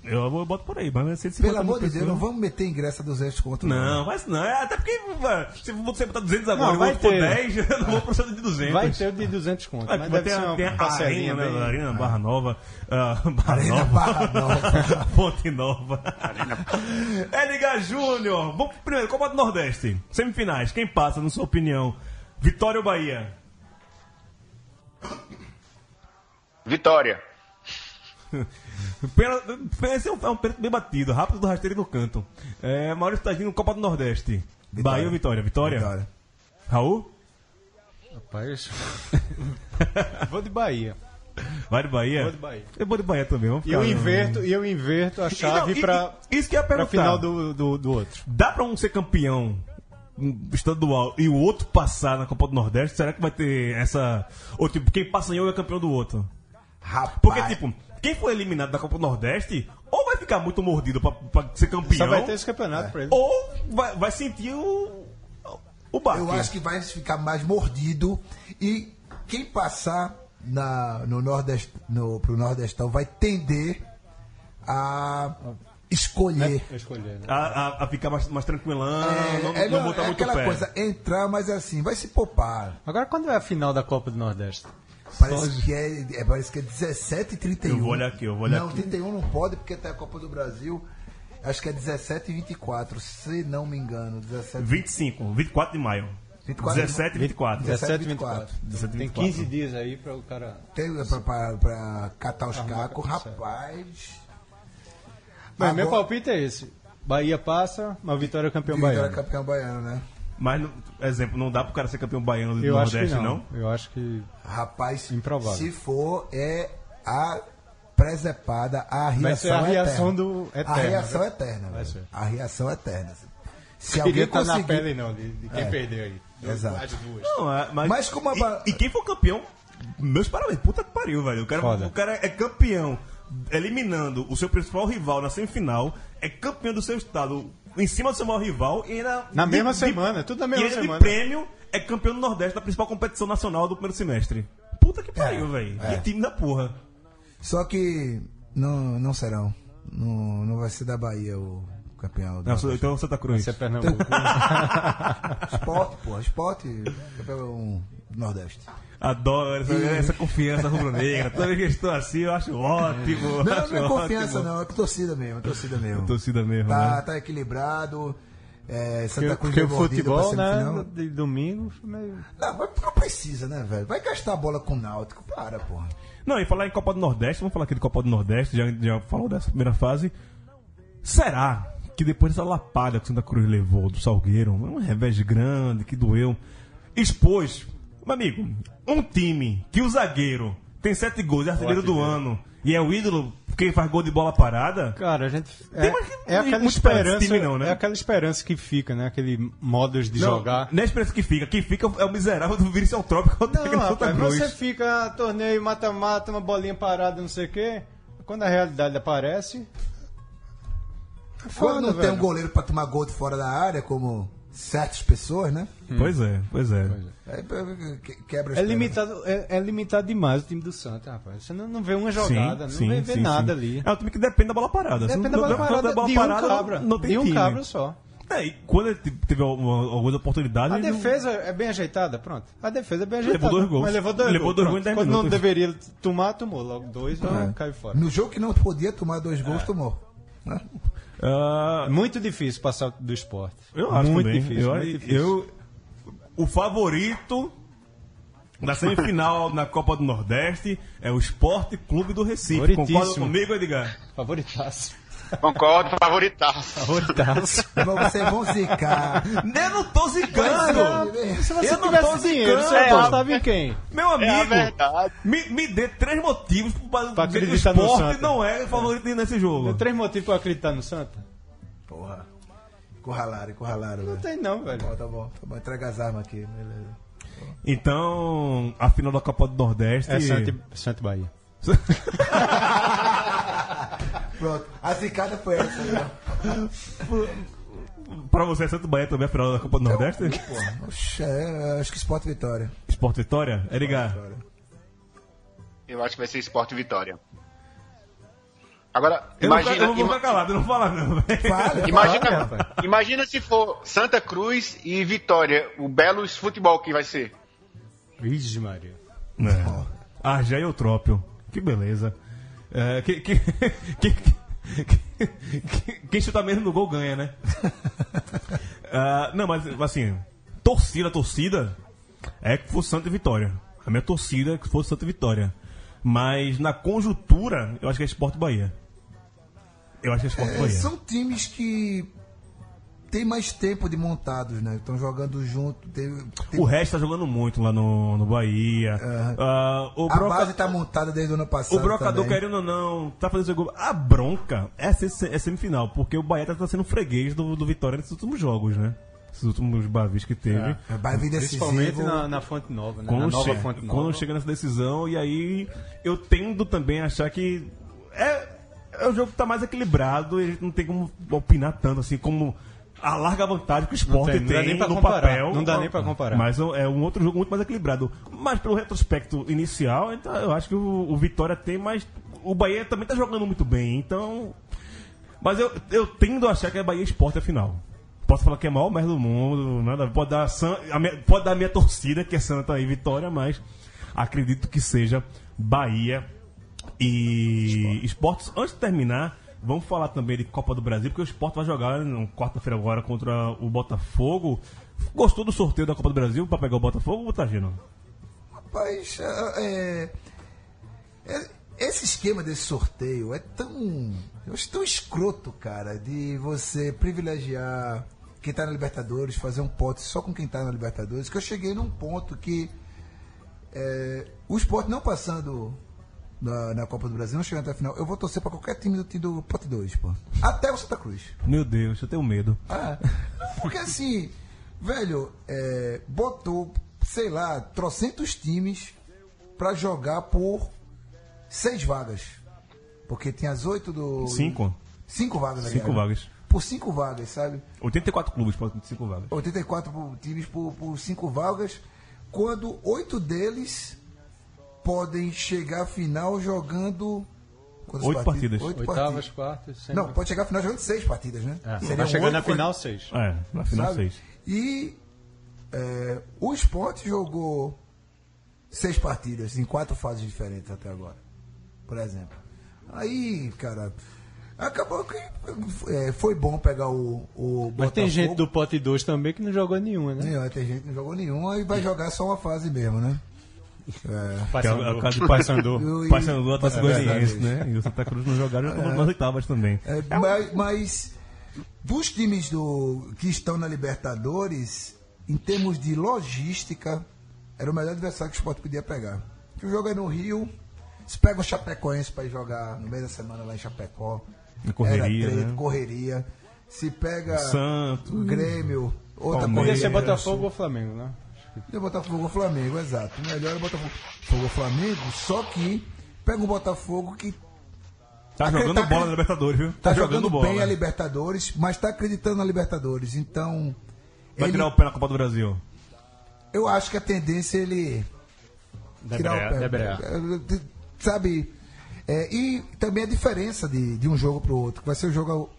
[SPEAKER 3] Eu vou- boto por aí, mas é 150
[SPEAKER 4] Pelo
[SPEAKER 3] mil
[SPEAKER 4] amor de Deus,
[SPEAKER 3] pessoas.
[SPEAKER 4] não vamos meter ingresso a 200 conto.
[SPEAKER 3] Não, mas não. É, até porque vai, se você botar 200 agora
[SPEAKER 1] Não,
[SPEAKER 3] e o
[SPEAKER 1] vai
[SPEAKER 3] outro for
[SPEAKER 1] ter.
[SPEAKER 3] 10, eu não vou pro centro de 200.
[SPEAKER 1] Vai ter o de 200 conto.
[SPEAKER 3] É,
[SPEAKER 1] mas
[SPEAKER 3] vai
[SPEAKER 1] deve
[SPEAKER 3] ter
[SPEAKER 1] ser
[SPEAKER 3] a,
[SPEAKER 1] uma
[SPEAKER 3] tem a
[SPEAKER 1] parcelinha
[SPEAKER 3] Arena, né?
[SPEAKER 1] bem- é.
[SPEAKER 3] Arena Barra Nova. ah, Barra
[SPEAKER 4] Arena
[SPEAKER 3] Nova.
[SPEAKER 4] Barra Nova.
[SPEAKER 3] Ponte Nova. Edgar Júnior. Vamos pro primeiro, Copa do Nordeste. Semifinais. Quem passa, na sua opinião? Vitória ou Bahia?
[SPEAKER 5] Vitória.
[SPEAKER 3] Pena- pena- esse é um, é um pênalti bem batido, rápido do rasteiro e no canto. É, Maurício Tadinho, Copa do Nordeste. Bahia ou Vitória? Vitória?
[SPEAKER 4] Vitória.
[SPEAKER 3] Raul?
[SPEAKER 1] Rapaz. Vou de Bahia.
[SPEAKER 3] Vai de Bahia?
[SPEAKER 1] Vou de Bahia.
[SPEAKER 3] Eu vou de Bahia também, vamos
[SPEAKER 1] E
[SPEAKER 3] ficar-
[SPEAKER 1] eu inverto, e eu inverto a
[SPEAKER 3] E- não,
[SPEAKER 1] chave
[SPEAKER 3] e-
[SPEAKER 1] pra,
[SPEAKER 3] e- Isso que eu ia
[SPEAKER 1] pra
[SPEAKER 3] perguntar.
[SPEAKER 1] final do, do, do outro.
[SPEAKER 3] Dá pra um ser campeão um estadual e o outro passar na Copa do Nordeste? Será que vai ter essa. Ou tipo, quem passa em um é campeão do outro?
[SPEAKER 4] Rapaz.
[SPEAKER 3] Porque, tipo, quem for eliminado da Copa do Nordeste, ou vai ficar muito mordido pra, pra ser
[SPEAKER 1] Só
[SPEAKER 3] campeão,
[SPEAKER 1] vai ter esse
[SPEAKER 3] É.
[SPEAKER 1] campeonato pra ele.
[SPEAKER 3] ou vai, vai sentir o. O barco.
[SPEAKER 1] assim,
[SPEAKER 4] Eu acho que vai ficar mais mordido. E quem passar na, no Nordest, no, pro Nordestão vai tender a escolher.
[SPEAKER 1] Eu escolher, né?
[SPEAKER 3] A, a- a ficar mais, mais tranquilão,
[SPEAKER 4] É,
[SPEAKER 3] não,
[SPEAKER 4] é,
[SPEAKER 3] não
[SPEAKER 4] não,
[SPEAKER 3] botar
[SPEAKER 4] é
[SPEAKER 3] muito
[SPEAKER 4] aquela
[SPEAKER 3] pé.
[SPEAKER 4] coisa, entrar, mas assim, vai se poupar.
[SPEAKER 1] Agora, quando é a final da Copa do Nordeste?
[SPEAKER 4] Parece que é, é, parece que é 17 e 31.
[SPEAKER 3] Eu vou olhar aqui, eu vou olhar
[SPEAKER 4] Não,
[SPEAKER 3] aqui.
[SPEAKER 4] 31 não pode, porque até a Copa do Brasil, acho que é 17 e 24, se não me engano. 17
[SPEAKER 3] 25, 24 de maio.
[SPEAKER 4] 24 de-
[SPEAKER 3] 17 e 24.
[SPEAKER 1] 17
[SPEAKER 4] 17,
[SPEAKER 1] e 24.
[SPEAKER 3] 17,
[SPEAKER 1] Tem
[SPEAKER 3] 24.
[SPEAKER 1] 15 dias aí pra o cara.
[SPEAKER 4] Tem é, pra, pra, pra catar os
[SPEAKER 1] Arrumar
[SPEAKER 4] cacos,
[SPEAKER 1] a cabeça.
[SPEAKER 4] rapaz.
[SPEAKER 1] é Mas meu
[SPEAKER 4] Agora-
[SPEAKER 1] palpite é esse. Bahia passa, mas Vitória é campeão
[SPEAKER 4] Vitória
[SPEAKER 1] baiano.
[SPEAKER 4] campeão baiano, né?
[SPEAKER 3] Mas, no- exemplo, não dá pro cara ser campeão baiano do
[SPEAKER 1] Eu acho
[SPEAKER 3] Nordeste,
[SPEAKER 1] que não.
[SPEAKER 3] não?
[SPEAKER 1] Eu acho que
[SPEAKER 4] Rapaz,
[SPEAKER 1] Improvável.
[SPEAKER 4] se for, é a presepada, a reação
[SPEAKER 1] Vai ser a reação
[SPEAKER 4] eterna.
[SPEAKER 1] do eterno,
[SPEAKER 4] A reação
[SPEAKER 1] né?
[SPEAKER 4] eterna.
[SPEAKER 1] Vai
[SPEAKER 4] velho.
[SPEAKER 1] ser.
[SPEAKER 4] A reação eterna. Se
[SPEAKER 1] Queria
[SPEAKER 4] alguém
[SPEAKER 1] estar tá na pele,
[SPEAKER 4] conseguir...
[SPEAKER 1] não, de, de quem
[SPEAKER 4] É.
[SPEAKER 1] perdeu aí. Duas-
[SPEAKER 4] Exato.
[SPEAKER 1] As duas.
[SPEAKER 3] Não, é, mas,
[SPEAKER 4] Mas como a
[SPEAKER 3] e-
[SPEAKER 4] Ba-
[SPEAKER 3] e, quem for campeão, meus parabéns. Puta que pariu, velho. O cara,
[SPEAKER 1] Foda.
[SPEAKER 3] o cara é campeão, eliminando o seu principal rival na semifinal, é campeão do seu estado em cima do seu maior rival e na,
[SPEAKER 1] Na mesma
[SPEAKER 4] é
[SPEAKER 1] semana, tudo na mesma
[SPEAKER 3] e ainda
[SPEAKER 1] semana.
[SPEAKER 3] de prêmio é campeão do Nordeste da principal competição nacional do primeiro semestre. Puta
[SPEAKER 4] É,
[SPEAKER 3] que pariu, velho. Que time da porra.
[SPEAKER 4] Só que não, não serão. Não, não vai ser da Bahia o campeão. Do
[SPEAKER 3] Não, sou- então Santa Cruz.
[SPEAKER 1] Você é Pernambuco.
[SPEAKER 4] Esporte, porra. Esporte campeão do Nordeste.
[SPEAKER 3] Adoro essa, essa confiança rubro-negra. Toda vez que eu estou assim, eu acho ótimo.
[SPEAKER 4] Não,
[SPEAKER 3] acho
[SPEAKER 4] não é confiança,
[SPEAKER 3] ótimo.
[SPEAKER 4] não. É torcida mesmo. É torcida mesmo.
[SPEAKER 3] Torcida mesmo, né?
[SPEAKER 4] Tá, tá equilibrado. É, Santa Cruz
[SPEAKER 1] Porque
[SPEAKER 4] é
[SPEAKER 1] o
[SPEAKER 4] mordida pra
[SPEAKER 1] futebol, né,
[SPEAKER 4] semifinal.
[SPEAKER 1] de domingo, foi meio.
[SPEAKER 4] Não, mas não precisa, né, velho? Vai gastar a bola com o Náutico. Para, porra.
[SPEAKER 3] Não, e falar em Copa do Nordeste, vamos falar aqui de Copa do Nordeste, já, já falou dessa primeira fase. Será que depois dessa lapada que o Santa Cruz levou do Salgueiro, um revés grande que doeu, expôs, meu amigo, um time que o zagueiro tem sete gols, é artilheiro do
[SPEAKER 1] né?
[SPEAKER 3] ano, e é o ídolo, quem faz gol de bola parada,
[SPEAKER 1] Cara, a gente.
[SPEAKER 3] Tem
[SPEAKER 1] É,
[SPEAKER 3] mais que-
[SPEAKER 1] é aquela
[SPEAKER 3] muito esperança
[SPEAKER 1] esperança.
[SPEAKER 3] time não, né?
[SPEAKER 1] É aquela esperança que fica, né? Aquele modus de
[SPEAKER 3] não,
[SPEAKER 1] jogar.
[SPEAKER 3] não é a experiência que fica, quem fica é o miserável do vírus eutrópico que é o técnico do
[SPEAKER 1] Não,
[SPEAKER 3] Santa
[SPEAKER 1] rapaz,
[SPEAKER 3] Cruz.
[SPEAKER 1] você fica ah, torneio mata-mata, uma bolinha parada, não sei o quê. Quando a realidade aparece. é foda,
[SPEAKER 4] Quando não tem
[SPEAKER 1] velho.
[SPEAKER 4] um goleiro pra tomar gol de fora da área, como certas pessoas, né?
[SPEAKER 3] Pois é, pois é.
[SPEAKER 4] Aí eh, que-
[SPEAKER 1] É
[SPEAKER 4] quebra as pernas.
[SPEAKER 1] limitado, é, é limitado demais o time do Santa, rapaz. Você não, não vê uma jogada, não vê, vê nada
[SPEAKER 3] sim.
[SPEAKER 1] ali.
[SPEAKER 3] É um time que depende da bola parada. Se
[SPEAKER 1] Depende da
[SPEAKER 3] não-
[SPEAKER 1] bola
[SPEAKER 3] não- não
[SPEAKER 1] parada,
[SPEAKER 3] der bola
[SPEAKER 1] de
[SPEAKER 3] parada,
[SPEAKER 1] um cabra.
[SPEAKER 3] Não tem
[SPEAKER 1] de um
[SPEAKER 3] time.
[SPEAKER 1] cabra só.
[SPEAKER 3] É, e quando ele te- teve alguma- algumas oportunidades.
[SPEAKER 1] A
[SPEAKER 3] ele não-
[SPEAKER 1] defesa é bem ajeitada, pronto. A defesa é bem ajeitada.
[SPEAKER 3] dois gols.
[SPEAKER 1] Mas levou dois
[SPEAKER 3] Levou
[SPEAKER 1] gols.
[SPEAKER 3] dois
[SPEAKER 1] pronto.
[SPEAKER 3] gols em dez
[SPEAKER 1] Quando não
[SPEAKER 3] minutos. É.
[SPEAKER 1] deveria tomar, tomou. Logo dois, já caiu fora. É.
[SPEAKER 4] No jogo que não podia tomar dois gols, tomou. né?
[SPEAKER 3] Ah,
[SPEAKER 1] Muito difícil passar do esporte.
[SPEAKER 3] eu acho
[SPEAKER 1] muito
[SPEAKER 3] também.
[SPEAKER 1] difícil,
[SPEAKER 3] eu,
[SPEAKER 1] muito difícil.
[SPEAKER 3] eu- o favorito da semifinal na Copa do Nordeste é o Esporte Clube do Recife. Concorda
[SPEAKER 1] Favoritíssimo.
[SPEAKER 3] comigo, Edgar?
[SPEAKER 1] Favoritaço.
[SPEAKER 5] Concordo, favoritaço.
[SPEAKER 1] Favoritaço.
[SPEAKER 4] Mas vocês vão zicar.
[SPEAKER 3] Eu não tô zicando!
[SPEAKER 1] Se você
[SPEAKER 3] Eu não tô
[SPEAKER 1] tivesse
[SPEAKER 3] zicando,
[SPEAKER 1] dinheiro, você
[SPEAKER 3] é,
[SPEAKER 1] apostava em quem?
[SPEAKER 3] Meu amigo,
[SPEAKER 5] É a verdade.
[SPEAKER 3] me, me dê três motivos pra,
[SPEAKER 1] Pra
[SPEAKER 3] dizer que o
[SPEAKER 1] acreditar no
[SPEAKER 3] esporte
[SPEAKER 1] Santa.
[SPEAKER 3] não é favorito nesse
[SPEAKER 1] Tem
[SPEAKER 3] jogo.
[SPEAKER 1] três motivos pra eu acreditar no Santa?
[SPEAKER 4] Porra. Corralaram, corralaram,
[SPEAKER 1] Não
[SPEAKER 4] velho.
[SPEAKER 1] tem não, velho.
[SPEAKER 4] Tá bom, tá bom, tá bom. Entrega as armas aqui, beleza.
[SPEAKER 3] Então, a final da Copa do Nordeste.
[SPEAKER 1] É Santa, e- Santa e Bahia.
[SPEAKER 4] Pronto. A zicada foi essa, né?
[SPEAKER 3] Pra você, é Santo Bahia também a final da Copa do Nordeste?
[SPEAKER 4] Oxe, é, acho que Sport Vitória.
[SPEAKER 3] Esporte É Vitória? Erigar.
[SPEAKER 5] Eu acho que vai ser Sport Vitória. Agora,
[SPEAKER 3] Eu,
[SPEAKER 5] imagina.
[SPEAKER 3] não, eu vou
[SPEAKER 5] ima-
[SPEAKER 3] ficar calado, eu não vou falar não, velho.
[SPEAKER 4] Fala,
[SPEAKER 5] Imagina,
[SPEAKER 1] Olha, rapaz.
[SPEAKER 5] imagina se for Santa Cruz e Vitória, o belo futebol que vai ser.
[SPEAKER 1] Vixe, Maria.
[SPEAKER 3] Argé e Eutrópio. Que beleza. É, que, que, que, que- que- quem chutar menos no gol ganha, né? Ah, não, mas assim, torcida, torcida é que for Santa e Vitória. A minha torcida é que fosse Santa Vitória. Mas na conjuntura, eu acho que é Sport Bahia. Eu acho que é Sport
[SPEAKER 4] É,
[SPEAKER 3] Bahia.
[SPEAKER 4] são times que tem mais tempo de montados, né? Estão jogando junto. Tem, tem- É.
[SPEAKER 3] O resto tá jogando muito lá no, no Bahia. Ah, o
[SPEAKER 4] a
[SPEAKER 3] Broca-
[SPEAKER 4] base tá montada desde o ano passado.
[SPEAKER 3] O brocador,
[SPEAKER 4] também.
[SPEAKER 3] querendo ou não, tá fazendo seu gol. A bronca é, se- é semifinal, porque o Bahia tá, tá sendo freguês do, do Vitória nesses últimos jogos, né? Esses últimos bavis que teve.
[SPEAKER 4] É, Vai vir
[SPEAKER 1] Principalmente
[SPEAKER 4] decisivo.
[SPEAKER 1] na, na Fonte Nova, né?
[SPEAKER 3] Quando,
[SPEAKER 1] na nova
[SPEAKER 3] chega,
[SPEAKER 1] Fonte Nova.
[SPEAKER 3] quando chega nessa decisão, e aí eu tendo também a achar que é, é o jogo que tá mais equilibrado e a gente não tem como opinar tanto assim como a larga vantagem que o esporte
[SPEAKER 1] tem,
[SPEAKER 3] tem,
[SPEAKER 1] não dá nem pra
[SPEAKER 3] no
[SPEAKER 1] comparar,
[SPEAKER 3] papel.
[SPEAKER 1] não dá nem pra comparar.
[SPEAKER 3] Mas é um outro jogo muito mais equilibrado. Mas pelo retrospecto inicial, então eu acho que o, o Vitória tem, mas o Bahia também tá jogando muito bem, então. Mas eu, eu tendo a achar que é Bahia Esporte a final. Posso falar que é a maior merda do mundo, nada. Pode dar a, San- a minha, pode dar a minha torcida, que é Santa aí, Vitória, mas acredito que seja Bahia e Esportes. Antes de terminar, vamos falar também de Copa do Brasil, porque o Esporte vai jogar na quarta-feira agora contra o Botafogo. Gostou do sorteio da Copa do Brasil pra pegar o Botafogo, Botagino?
[SPEAKER 4] Rapaz, é, é- é- esse esquema desse sorteio é tão. Eu acho tão escroto, cara, de você privilegiar quem tá na Libertadores, fazer um pote só com quem tá na Libertadores, que eu cheguei num ponto que é, o esporte não passando na, na Copa do Brasil, não chegando até a final, eu vou torcer pra qualquer time do, time do pote 2, pô. Até o Santa Cruz.
[SPEAKER 3] Meu Deus, eu tenho medo.
[SPEAKER 4] Ah, porque assim, velho, é, botou, sei lá, trocentos times pra jogar por seis vagas. Porque tinha as oito do.
[SPEAKER 3] Cinco.
[SPEAKER 4] Cinco vagas, né,
[SPEAKER 3] Cinco
[SPEAKER 4] cara?
[SPEAKER 3] vagas.
[SPEAKER 4] Por cinco vagas, sabe?
[SPEAKER 3] 84 clubes, 45 vagas.
[SPEAKER 4] 84 por- times por, por cinco vagas, quando oito deles podem chegar à final jogando. quantas
[SPEAKER 3] Oito partidas.
[SPEAKER 4] Oito
[SPEAKER 1] Oitavas,
[SPEAKER 4] partidas.
[SPEAKER 1] quartas, sem...
[SPEAKER 4] Não, pode chegar à final jogando seis partidas, né?
[SPEAKER 1] é,
[SPEAKER 4] Seriam
[SPEAKER 1] vai chegar na
[SPEAKER 4] oito
[SPEAKER 1] final seis.
[SPEAKER 3] É, na final
[SPEAKER 4] sabe?
[SPEAKER 3] 6.
[SPEAKER 4] E é, o esporte jogou seis partidas em quatro fases diferentes até agora, por exemplo. Aí, cara, acabou que é, foi bom pegar o, o
[SPEAKER 1] Mas tem
[SPEAKER 4] Botafogo. É,
[SPEAKER 1] gente do pote 2 também que não jogou nenhuma, né?
[SPEAKER 4] Não, tem gente que não jogou nenhuma e vai jogar só uma fase mesmo, né? É,
[SPEAKER 3] Que é o- é o caso de Paysandu.
[SPEAKER 4] Eu e-
[SPEAKER 3] Paysandu, Atlético
[SPEAKER 4] É
[SPEAKER 3] Goianiense,
[SPEAKER 4] verdade.
[SPEAKER 3] né? E o Santa Cruz não jogaram, já tomou nas oitavas também.
[SPEAKER 4] é, mas, mas dos times do, que estão na Libertadores, em termos de logística, era o melhor adversário que o esporte podia pegar. Que o jogo é no Rio, se pega o Chapecoense para jogar no meio da semana lá em Chapecó.
[SPEAKER 3] E correria,
[SPEAKER 4] era
[SPEAKER 3] né?
[SPEAKER 4] correria. Se pega
[SPEAKER 3] Santos.
[SPEAKER 4] o Grêmio, outra
[SPEAKER 3] Palmeiras.
[SPEAKER 1] Podia
[SPEAKER 4] correria.
[SPEAKER 1] ser é
[SPEAKER 4] é.
[SPEAKER 1] Botafogo ou Flamengo, né?
[SPEAKER 4] Deu Botafogo ou Flamengo, exato. O melhor é o Botafogo Fogo ou Flamengo, só que pega o Botafogo que
[SPEAKER 3] Tá
[SPEAKER 4] Acre-
[SPEAKER 3] jogando
[SPEAKER 4] tá-
[SPEAKER 3] bola na Libertadores, viu?
[SPEAKER 4] tá, jogando, bem a Libertadores, mas tá acreditando na Libertadores. Então,
[SPEAKER 3] Vai
[SPEAKER 4] ele-
[SPEAKER 3] tirar o pé na Copa do Brasil.
[SPEAKER 4] eu acho que a tendência é ele tirar o pé.
[SPEAKER 1] debrear.
[SPEAKER 4] Eh, Sabe? É, e também a diferença de, de um jogo pro outro, que vai ser o jogo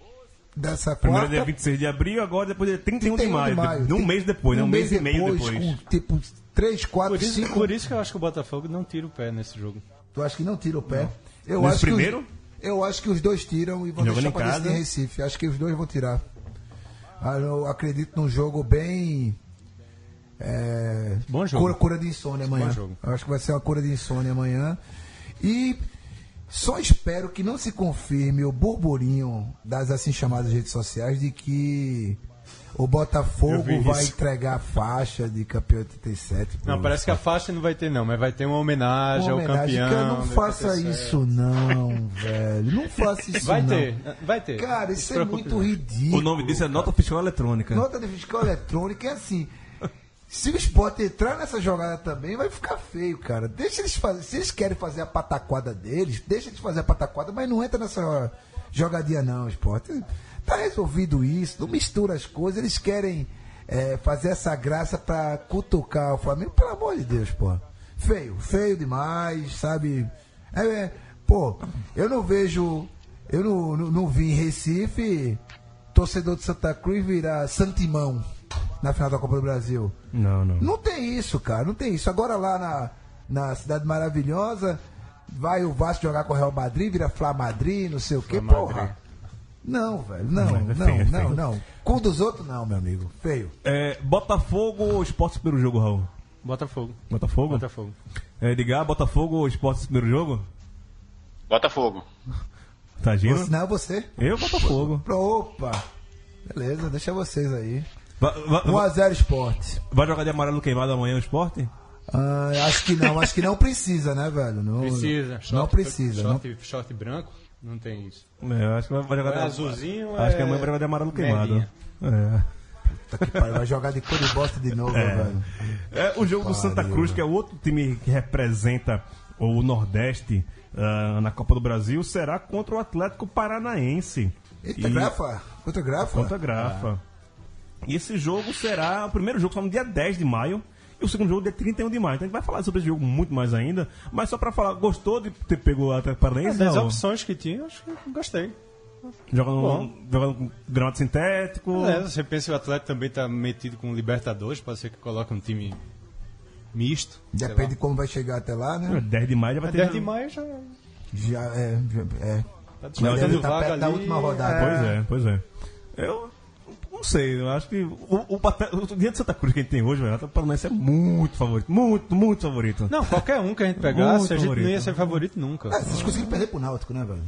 [SPEAKER 4] dessa quarta.
[SPEAKER 3] Primeiro dia é 26 de abril, agora depois dia 31 de maio. De-
[SPEAKER 4] Tem-
[SPEAKER 3] Um mês depois, né? Um mês e meio depois. é
[SPEAKER 4] Com, tipo, três,
[SPEAKER 1] Por
[SPEAKER 4] quatro,
[SPEAKER 1] isso,
[SPEAKER 4] cinco.
[SPEAKER 1] por isso que eu acho que o Botafogo não tira o pé nesse jogo.
[SPEAKER 4] Eu acho que não tira o pé. Eu
[SPEAKER 3] Nesse
[SPEAKER 4] acho que os-
[SPEAKER 3] primeiro?
[SPEAKER 4] eu acho que os dois tiram e vão
[SPEAKER 3] Jogando
[SPEAKER 4] deixar
[SPEAKER 3] em
[SPEAKER 4] pra decidir
[SPEAKER 3] casa.
[SPEAKER 4] em Recife. Acho que os dois vão tirar. Ah, Eu acredito num jogo bem. é,
[SPEAKER 1] Bom jogo.
[SPEAKER 4] Cura, cura de insônia amanhã.
[SPEAKER 1] Bom jogo.
[SPEAKER 4] Eu acho que vai ser uma cura de insônia amanhã. E só espero que não se confirme o burburinho das assim chamadas redes sociais de que o
[SPEAKER 1] Eu
[SPEAKER 4] Botafogo
[SPEAKER 1] vi
[SPEAKER 4] vai
[SPEAKER 1] isso.
[SPEAKER 4] entregar a faixa de campeão 87. pro-
[SPEAKER 1] Não, parece que a faixa não vai ter, não, mas vai ter uma homenagem,
[SPEAKER 4] uma
[SPEAKER 1] ao
[SPEAKER 4] homenagem.
[SPEAKER 1] campeão.
[SPEAKER 4] Cara, não
[SPEAKER 1] vai
[SPEAKER 4] faça
[SPEAKER 1] ter-
[SPEAKER 4] isso não, velho. Não faça isso
[SPEAKER 1] Vai
[SPEAKER 4] não.
[SPEAKER 1] ter, vai ter.
[SPEAKER 4] Cara, isso
[SPEAKER 1] Se
[SPEAKER 4] é
[SPEAKER 1] preocupe
[SPEAKER 4] muito
[SPEAKER 1] não.
[SPEAKER 4] ridículo.
[SPEAKER 3] O nome disso é nota fiscal eletrônica.
[SPEAKER 4] Nota de fiscal eletrônica é assim. Se o Sport entrar nessa jogada também, vai ficar feio, cara. Deixa eles fazer. Se eles querem fazer a pataquada deles, deixa eles fazer a pataquada, mas não entra nessa jogadinha, não, Sport. Tá resolvido isso, não mistura as coisas. Eles querem eh, fazer essa graça pra cutucar o Flamengo. Pelo amor de Deus, pô. Feio, feio demais, sabe? É, é, pô, eu não vejo. Eu não, não, não vi em Recife torcedor de Santa Cruz virar Santimão na final da Copa do Brasil.
[SPEAKER 3] Não, não.
[SPEAKER 4] Não tem isso, cara, não tem isso. Agora lá na, na Cidade Maravilhosa, vai o Vasco jogar com o Real Madrid, vira Flá Madrid, não sei o quê, porra. Não, velho, não,
[SPEAKER 3] Não, é
[SPEAKER 4] não,
[SPEAKER 3] feio, é
[SPEAKER 4] não,
[SPEAKER 3] feio.
[SPEAKER 4] não. Com um dos outros, não, meu amigo. Feio.
[SPEAKER 3] É, Botafogo ou Esporte pelo jogo, Raul?
[SPEAKER 1] Botafogo.
[SPEAKER 3] Botafogo?
[SPEAKER 1] Botafogo.
[SPEAKER 3] É, ligar Botafogo ou Esporte nesse primeiro jogo?
[SPEAKER 5] Botafogo.
[SPEAKER 3] Tá
[SPEAKER 4] Vou
[SPEAKER 3] agindo?
[SPEAKER 4] assinar você.
[SPEAKER 3] Eu, Botafogo.
[SPEAKER 4] Pro- Opa! Beleza, deixa vocês aí.
[SPEAKER 3] Va- va-
[SPEAKER 4] 1x0 esporte.
[SPEAKER 3] vai jogar de amarelo queimado amanhã no esporte?
[SPEAKER 4] Ah, acho que não, acho que não precisa, né, velho? Não
[SPEAKER 1] Precisa.
[SPEAKER 4] não
[SPEAKER 1] Short-
[SPEAKER 4] precisa. não-
[SPEAKER 1] Short, short branco, não tem isso.
[SPEAKER 3] É, eu acho que vai vai jogar
[SPEAKER 1] É
[SPEAKER 3] de-
[SPEAKER 1] azulzinho,
[SPEAKER 3] Acho que
[SPEAKER 1] é
[SPEAKER 3] amanhã vai jogar de amarelo queimado.
[SPEAKER 1] merdinha.
[SPEAKER 3] É.
[SPEAKER 4] Puta que pariu, vai jogar de cor de bosta de novo, velho.
[SPEAKER 3] É, o jogo do Santa
[SPEAKER 4] Pariu,
[SPEAKER 3] Cruz, que é o outro time que representa o Nordeste ah, na Copa do Brasil, será contra o Atlético Paranaense.
[SPEAKER 4] Eita,
[SPEAKER 3] E-
[SPEAKER 4] grafa? Quanto grafa?
[SPEAKER 3] Contra a Grafa. E esse jogo será. O primeiro jogo será no dia 10 de maio. E o segundo jogo dia 31 de maio. Então a gente vai falar sobre esse jogo muito mais ainda. Mas só pra falar, gostou de ter pego o Atlético
[SPEAKER 1] É,
[SPEAKER 3] Paranaense?
[SPEAKER 1] das
[SPEAKER 3] Não.
[SPEAKER 1] opções que tinha, acho que gostei.
[SPEAKER 3] Jogando,
[SPEAKER 1] Bom.
[SPEAKER 3] jogando com gramado sintético.
[SPEAKER 1] É, você pensa que o Atlético também tá metido com o Libertadores, pode ser que coloque um time misto. sei lá.
[SPEAKER 4] Depende de como vai chegar até lá, né?
[SPEAKER 3] 10 É de maio já vai ter.
[SPEAKER 1] 10 de maio já
[SPEAKER 4] Já é. já- é.
[SPEAKER 1] tá
[SPEAKER 3] Não,
[SPEAKER 4] Deve
[SPEAKER 1] disputando
[SPEAKER 4] estar
[SPEAKER 1] vaga
[SPEAKER 4] perto
[SPEAKER 1] ali.
[SPEAKER 4] da última rodada.
[SPEAKER 3] Pois é, pois é. Eu não sei, eu acho que o, o, Bate- o dia de Santa Cruz que a gente tem hoje, velho, o Atlético Paranaense é muito favorito. Muito, muito favorito.
[SPEAKER 1] Não, qualquer um que a gente pegasse,
[SPEAKER 3] Muito
[SPEAKER 1] a gente não ia
[SPEAKER 3] favorito.
[SPEAKER 1] ser favorito nunca.
[SPEAKER 4] Ah, vocês conseguiram perder pro Náutico, né, velho?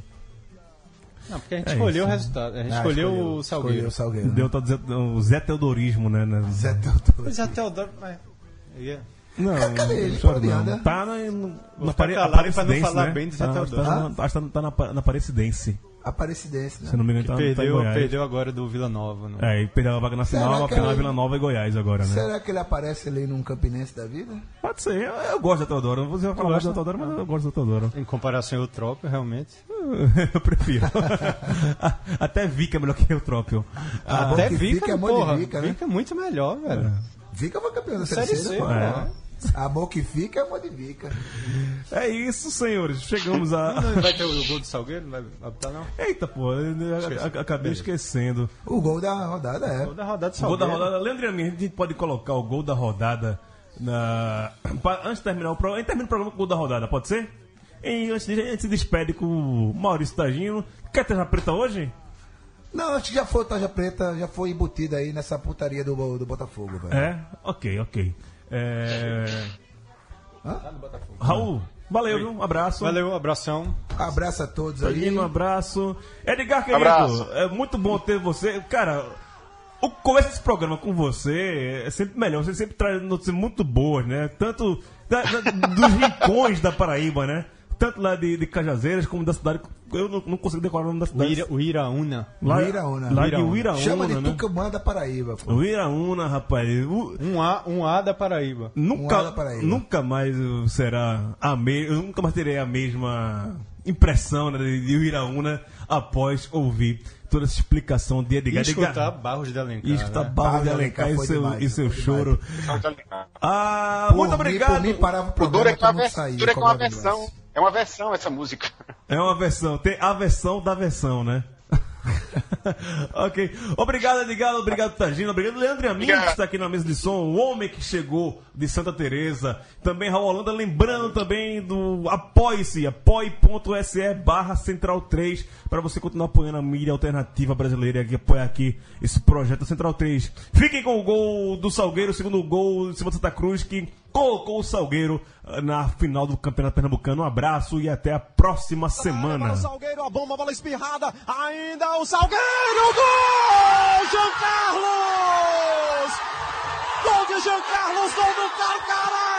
[SPEAKER 1] Não, porque a gente
[SPEAKER 3] É
[SPEAKER 1] escolheu
[SPEAKER 3] isso.
[SPEAKER 1] o resultado, a gente
[SPEAKER 4] Ah,
[SPEAKER 1] escolheu, o Salgueiro.
[SPEAKER 4] Escolheu o Salgueiro. né?
[SPEAKER 3] Deu o tal do Zé- o Zé Teodorismo, né? né?
[SPEAKER 4] Zé Teodoro.
[SPEAKER 1] Mas até o Dor- é, mas- Ia-
[SPEAKER 3] Não,
[SPEAKER 4] Cadê ele?
[SPEAKER 3] chora
[SPEAKER 4] Pode
[SPEAKER 3] não.
[SPEAKER 4] andar.
[SPEAKER 3] Tá na, no- na
[SPEAKER 1] ficar
[SPEAKER 3] pare,
[SPEAKER 1] calado pra
[SPEAKER 3] Aparecidense,
[SPEAKER 1] não falar
[SPEAKER 3] né?
[SPEAKER 1] bem do Zé
[SPEAKER 3] tá, acho que tá,
[SPEAKER 4] Teodoro.
[SPEAKER 3] na- acho que tá na, pa- na Aparecidense.
[SPEAKER 4] Aparecidense, né?
[SPEAKER 3] Se é. não me engano, tá, tá em
[SPEAKER 1] Perdeu,
[SPEAKER 3] Goiás.
[SPEAKER 1] perdeu agora do Vila Nova. Não.
[SPEAKER 3] É, e perdeu a vaga na
[SPEAKER 4] Será
[SPEAKER 3] final, a
[SPEAKER 4] que
[SPEAKER 3] final é
[SPEAKER 4] ele-
[SPEAKER 3] Vila Nova e Goiás agora, né?
[SPEAKER 4] Será que ele aparece ali num Campinense da vida?
[SPEAKER 3] Pode ser, eu, eu gosto da Teodoro. Você vai falar mais
[SPEAKER 1] gosta?
[SPEAKER 3] da Teodoro, mas eu gosto da Teodoro.
[SPEAKER 1] Em comparação ao Eutrópio, realmente.
[SPEAKER 3] Eu prefiro. Até Vica é melhor que o Trópio.
[SPEAKER 4] Ah, bom
[SPEAKER 1] até
[SPEAKER 4] que
[SPEAKER 1] Vica,
[SPEAKER 4] Vica é mó de
[SPEAKER 1] porra.
[SPEAKER 4] Vica, né? É.
[SPEAKER 1] Vica é muito melhor, velho.
[SPEAKER 4] Vica foi campeão da
[SPEAKER 1] Série C,
[SPEAKER 4] terceira.
[SPEAKER 1] porra.
[SPEAKER 4] A mão que fica é a mão de Vica.
[SPEAKER 3] É isso, senhores. Chegamos a.
[SPEAKER 1] Não vai ter o gol do Salgueiro? Não vai optar, não?
[SPEAKER 3] Eita, pô, eu- eu- eu- eu acabei esquecendo.
[SPEAKER 4] O gol da rodada é.
[SPEAKER 1] Gol da rodada do
[SPEAKER 3] O gol
[SPEAKER 1] Salgueiro.
[SPEAKER 3] da rodada. Leandro, e a mim, a gente pode colocar o gol da rodada na. pa- Antes de terminar o programa. A gente termina o programa com o gol da rodada, pode ser? E antes disso, a gente se despede com o Maurício Tagino. Quer ter uma preta hoje?
[SPEAKER 4] Não, acho que já foi o Tarja Preta, já foi embutida aí nessa putaria do, Bo- do Botafogo, velho.
[SPEAKER 3] É? Ok, ok. É. Raul, valeu, viu? Um abraço.
[SPEAKER 1] Valeu, abração.
[SPEAKER 4] Abraço a todos Tá aí.
[SPEAKER 3] Tagino, um abraço. Edgar, querido,
[SPEAKER 5] Abraço.
[SPEAKER 3] é muito bom ter você. Cara, o começo desse programa com você é sempre melhor. Você sempre traz notícias muito boas, né? Tanto da- da- dos rincões da Paraíba, né? Tanto lá de, de Cajazeiras como da cidade. Eu não, não consigo decorar o nome da
[SPEAKER 1] O,
[SPEAKER 3] cidade.
[SPEAKER 1] Ira, o Iraúna.
[SPEAKER 3] Lá,
[SPEAKER 4] Uiraúna.
[SPEAKER 3] Lá de
[SPEAKER 1] Uiraúna.
[SPEAKER 3] Uiraúna,
[SPEAKER 4] Chama de
[SPEAKER 3] né?
[SPEAKER 4] Tucumã da Paraíba, pô.
[SPEAKER 3] Uiraúna, rapaz. U-
[SPEAKER 1] Um A, um A da Paraíba.
[SPEAKER 4] ala
[SPEAKER 3] Nunca,
[SPEAKER 4] Paraíba.
[SPEAKER 3] nunca mais eu será a me... eu nunca mais terei a mesma impressão né, de de Uiraúna após ouvir toda essa explicação de
[SPEAKER 1] E
[SPEAKER 3] Edgar.
[SPEAKER 1] escutar
[SPEAKER 3] Edgar-
[SPEAKER 1] Barros de Alencar.
[SPEAKER 3] e
[SPEAKER 4] tá
[SPEAKER 3] escutar
[SPEAKER 1] né?
[SPEAKER 3] Barro de
[SPEAKER 4] Barro de Alencar
[SPEAKER 3] Alencar e
[SPEAKER 4] foi
[SPEAKER 3] seu,
[SPEAKER 4] demais,
[SPEAKER 3] e seu
[SPEAKER 4] foi
[SPEAKER 3] choro. Ah,
[SPEAKER 4] Por
[SPEAKER 3] muito
[SPEAKER 4] mim-
[SPEAKER 3] obrigado.
[SPEAKER 4] Por mim, parava o
[SPEAKER 5] O
[SPEAKER 4] programa
[SPEAKER 5] duro é que, é uma
[SPEAKER 4] todo mundo
[SPEAKER 5] vers-
[SPEAKER 4] saía,
[SPEAKER 5] duro é que é uma
[SPEAKER 4] qualquer
[SPEAKER 5] versão.
[SPEAKER 4] negócio.
[SPEAKER 5] É uma versão essa música.
[SPEAKER 3] É uma versão, tem a versão da versão, né? ok. Obrigado, Edgar. Obrigado, Tagino. Obrigado, Leandro Amin, que tá
[SPEAKER 5] Obrigado.
[SPEAKER 3] está aqui na mesa de som. O homem que chegou de Santa Teresa. Também Raul Holanda. Lembrando também do apoie-se, apoie.se barra Central 3 para você continuar apoiando a mídia alternativa brasileira e apoiar aqui esse projeto Central 3. Fiquem com o gol do Salgueiro, o segundo gol em cima do Santa Cruz, que colocou o Salgueiro ah, na final do Campeonato Pernambucano. Um abraço e até a próxima semana.
[SPEAKER 7] Salgueiro, a bomba, a bola espirrada, ainda o Salgueiro, gol! Jean Carlos! Gol de Jean Carlos, gol do Carcará!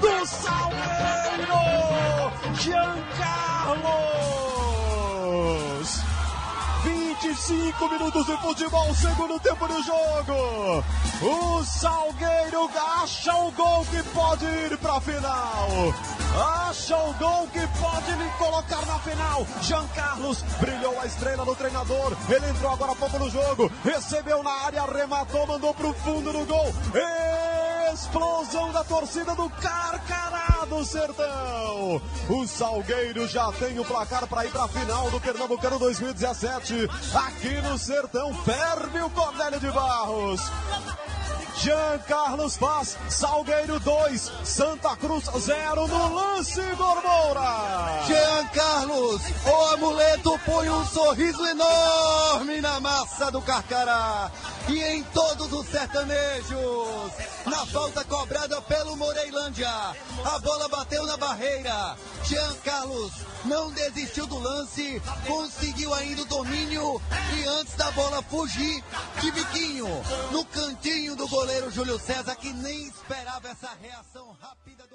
[SPEAKER 7] do Salgueiro, Jean Carlos. 25 minutos de futebol, segundo tempo do jogo. O Salgueiro acha o gol que pode ir para a final. Acha o gol que pode lhe colocar na final. Jean Carlos brilhou a estrela do treinador. Ele entrou agora há pouco no jogo, recebeu na área, arrematou, mandou para o fundo do gol. Expulso explosão da torcida do Carcará do Sertão. O Salgueiro já tem o placar para ir para a final do Pernambucano 2017. Aqui no Sertão, ferve o Cornélio de Barros. Jean Carlos Paz, Salgueiro 2, Santa Cruz 0 no lance, Gormoura.
[SPEAKER 8] Jean Carlos, o amuleto põe um sorriso enorme na massa do Carcará e em todos os sertanejos. Na falta cobrada pelo Moreilândia, a bola bateu na barreira. Jean Carlos não desistiu do lance, conseguiu ainda o domínio e antes da bola fugir, de biquinho, no cantinho do goleiro Júlio César, que nem esperava essa reação rápida.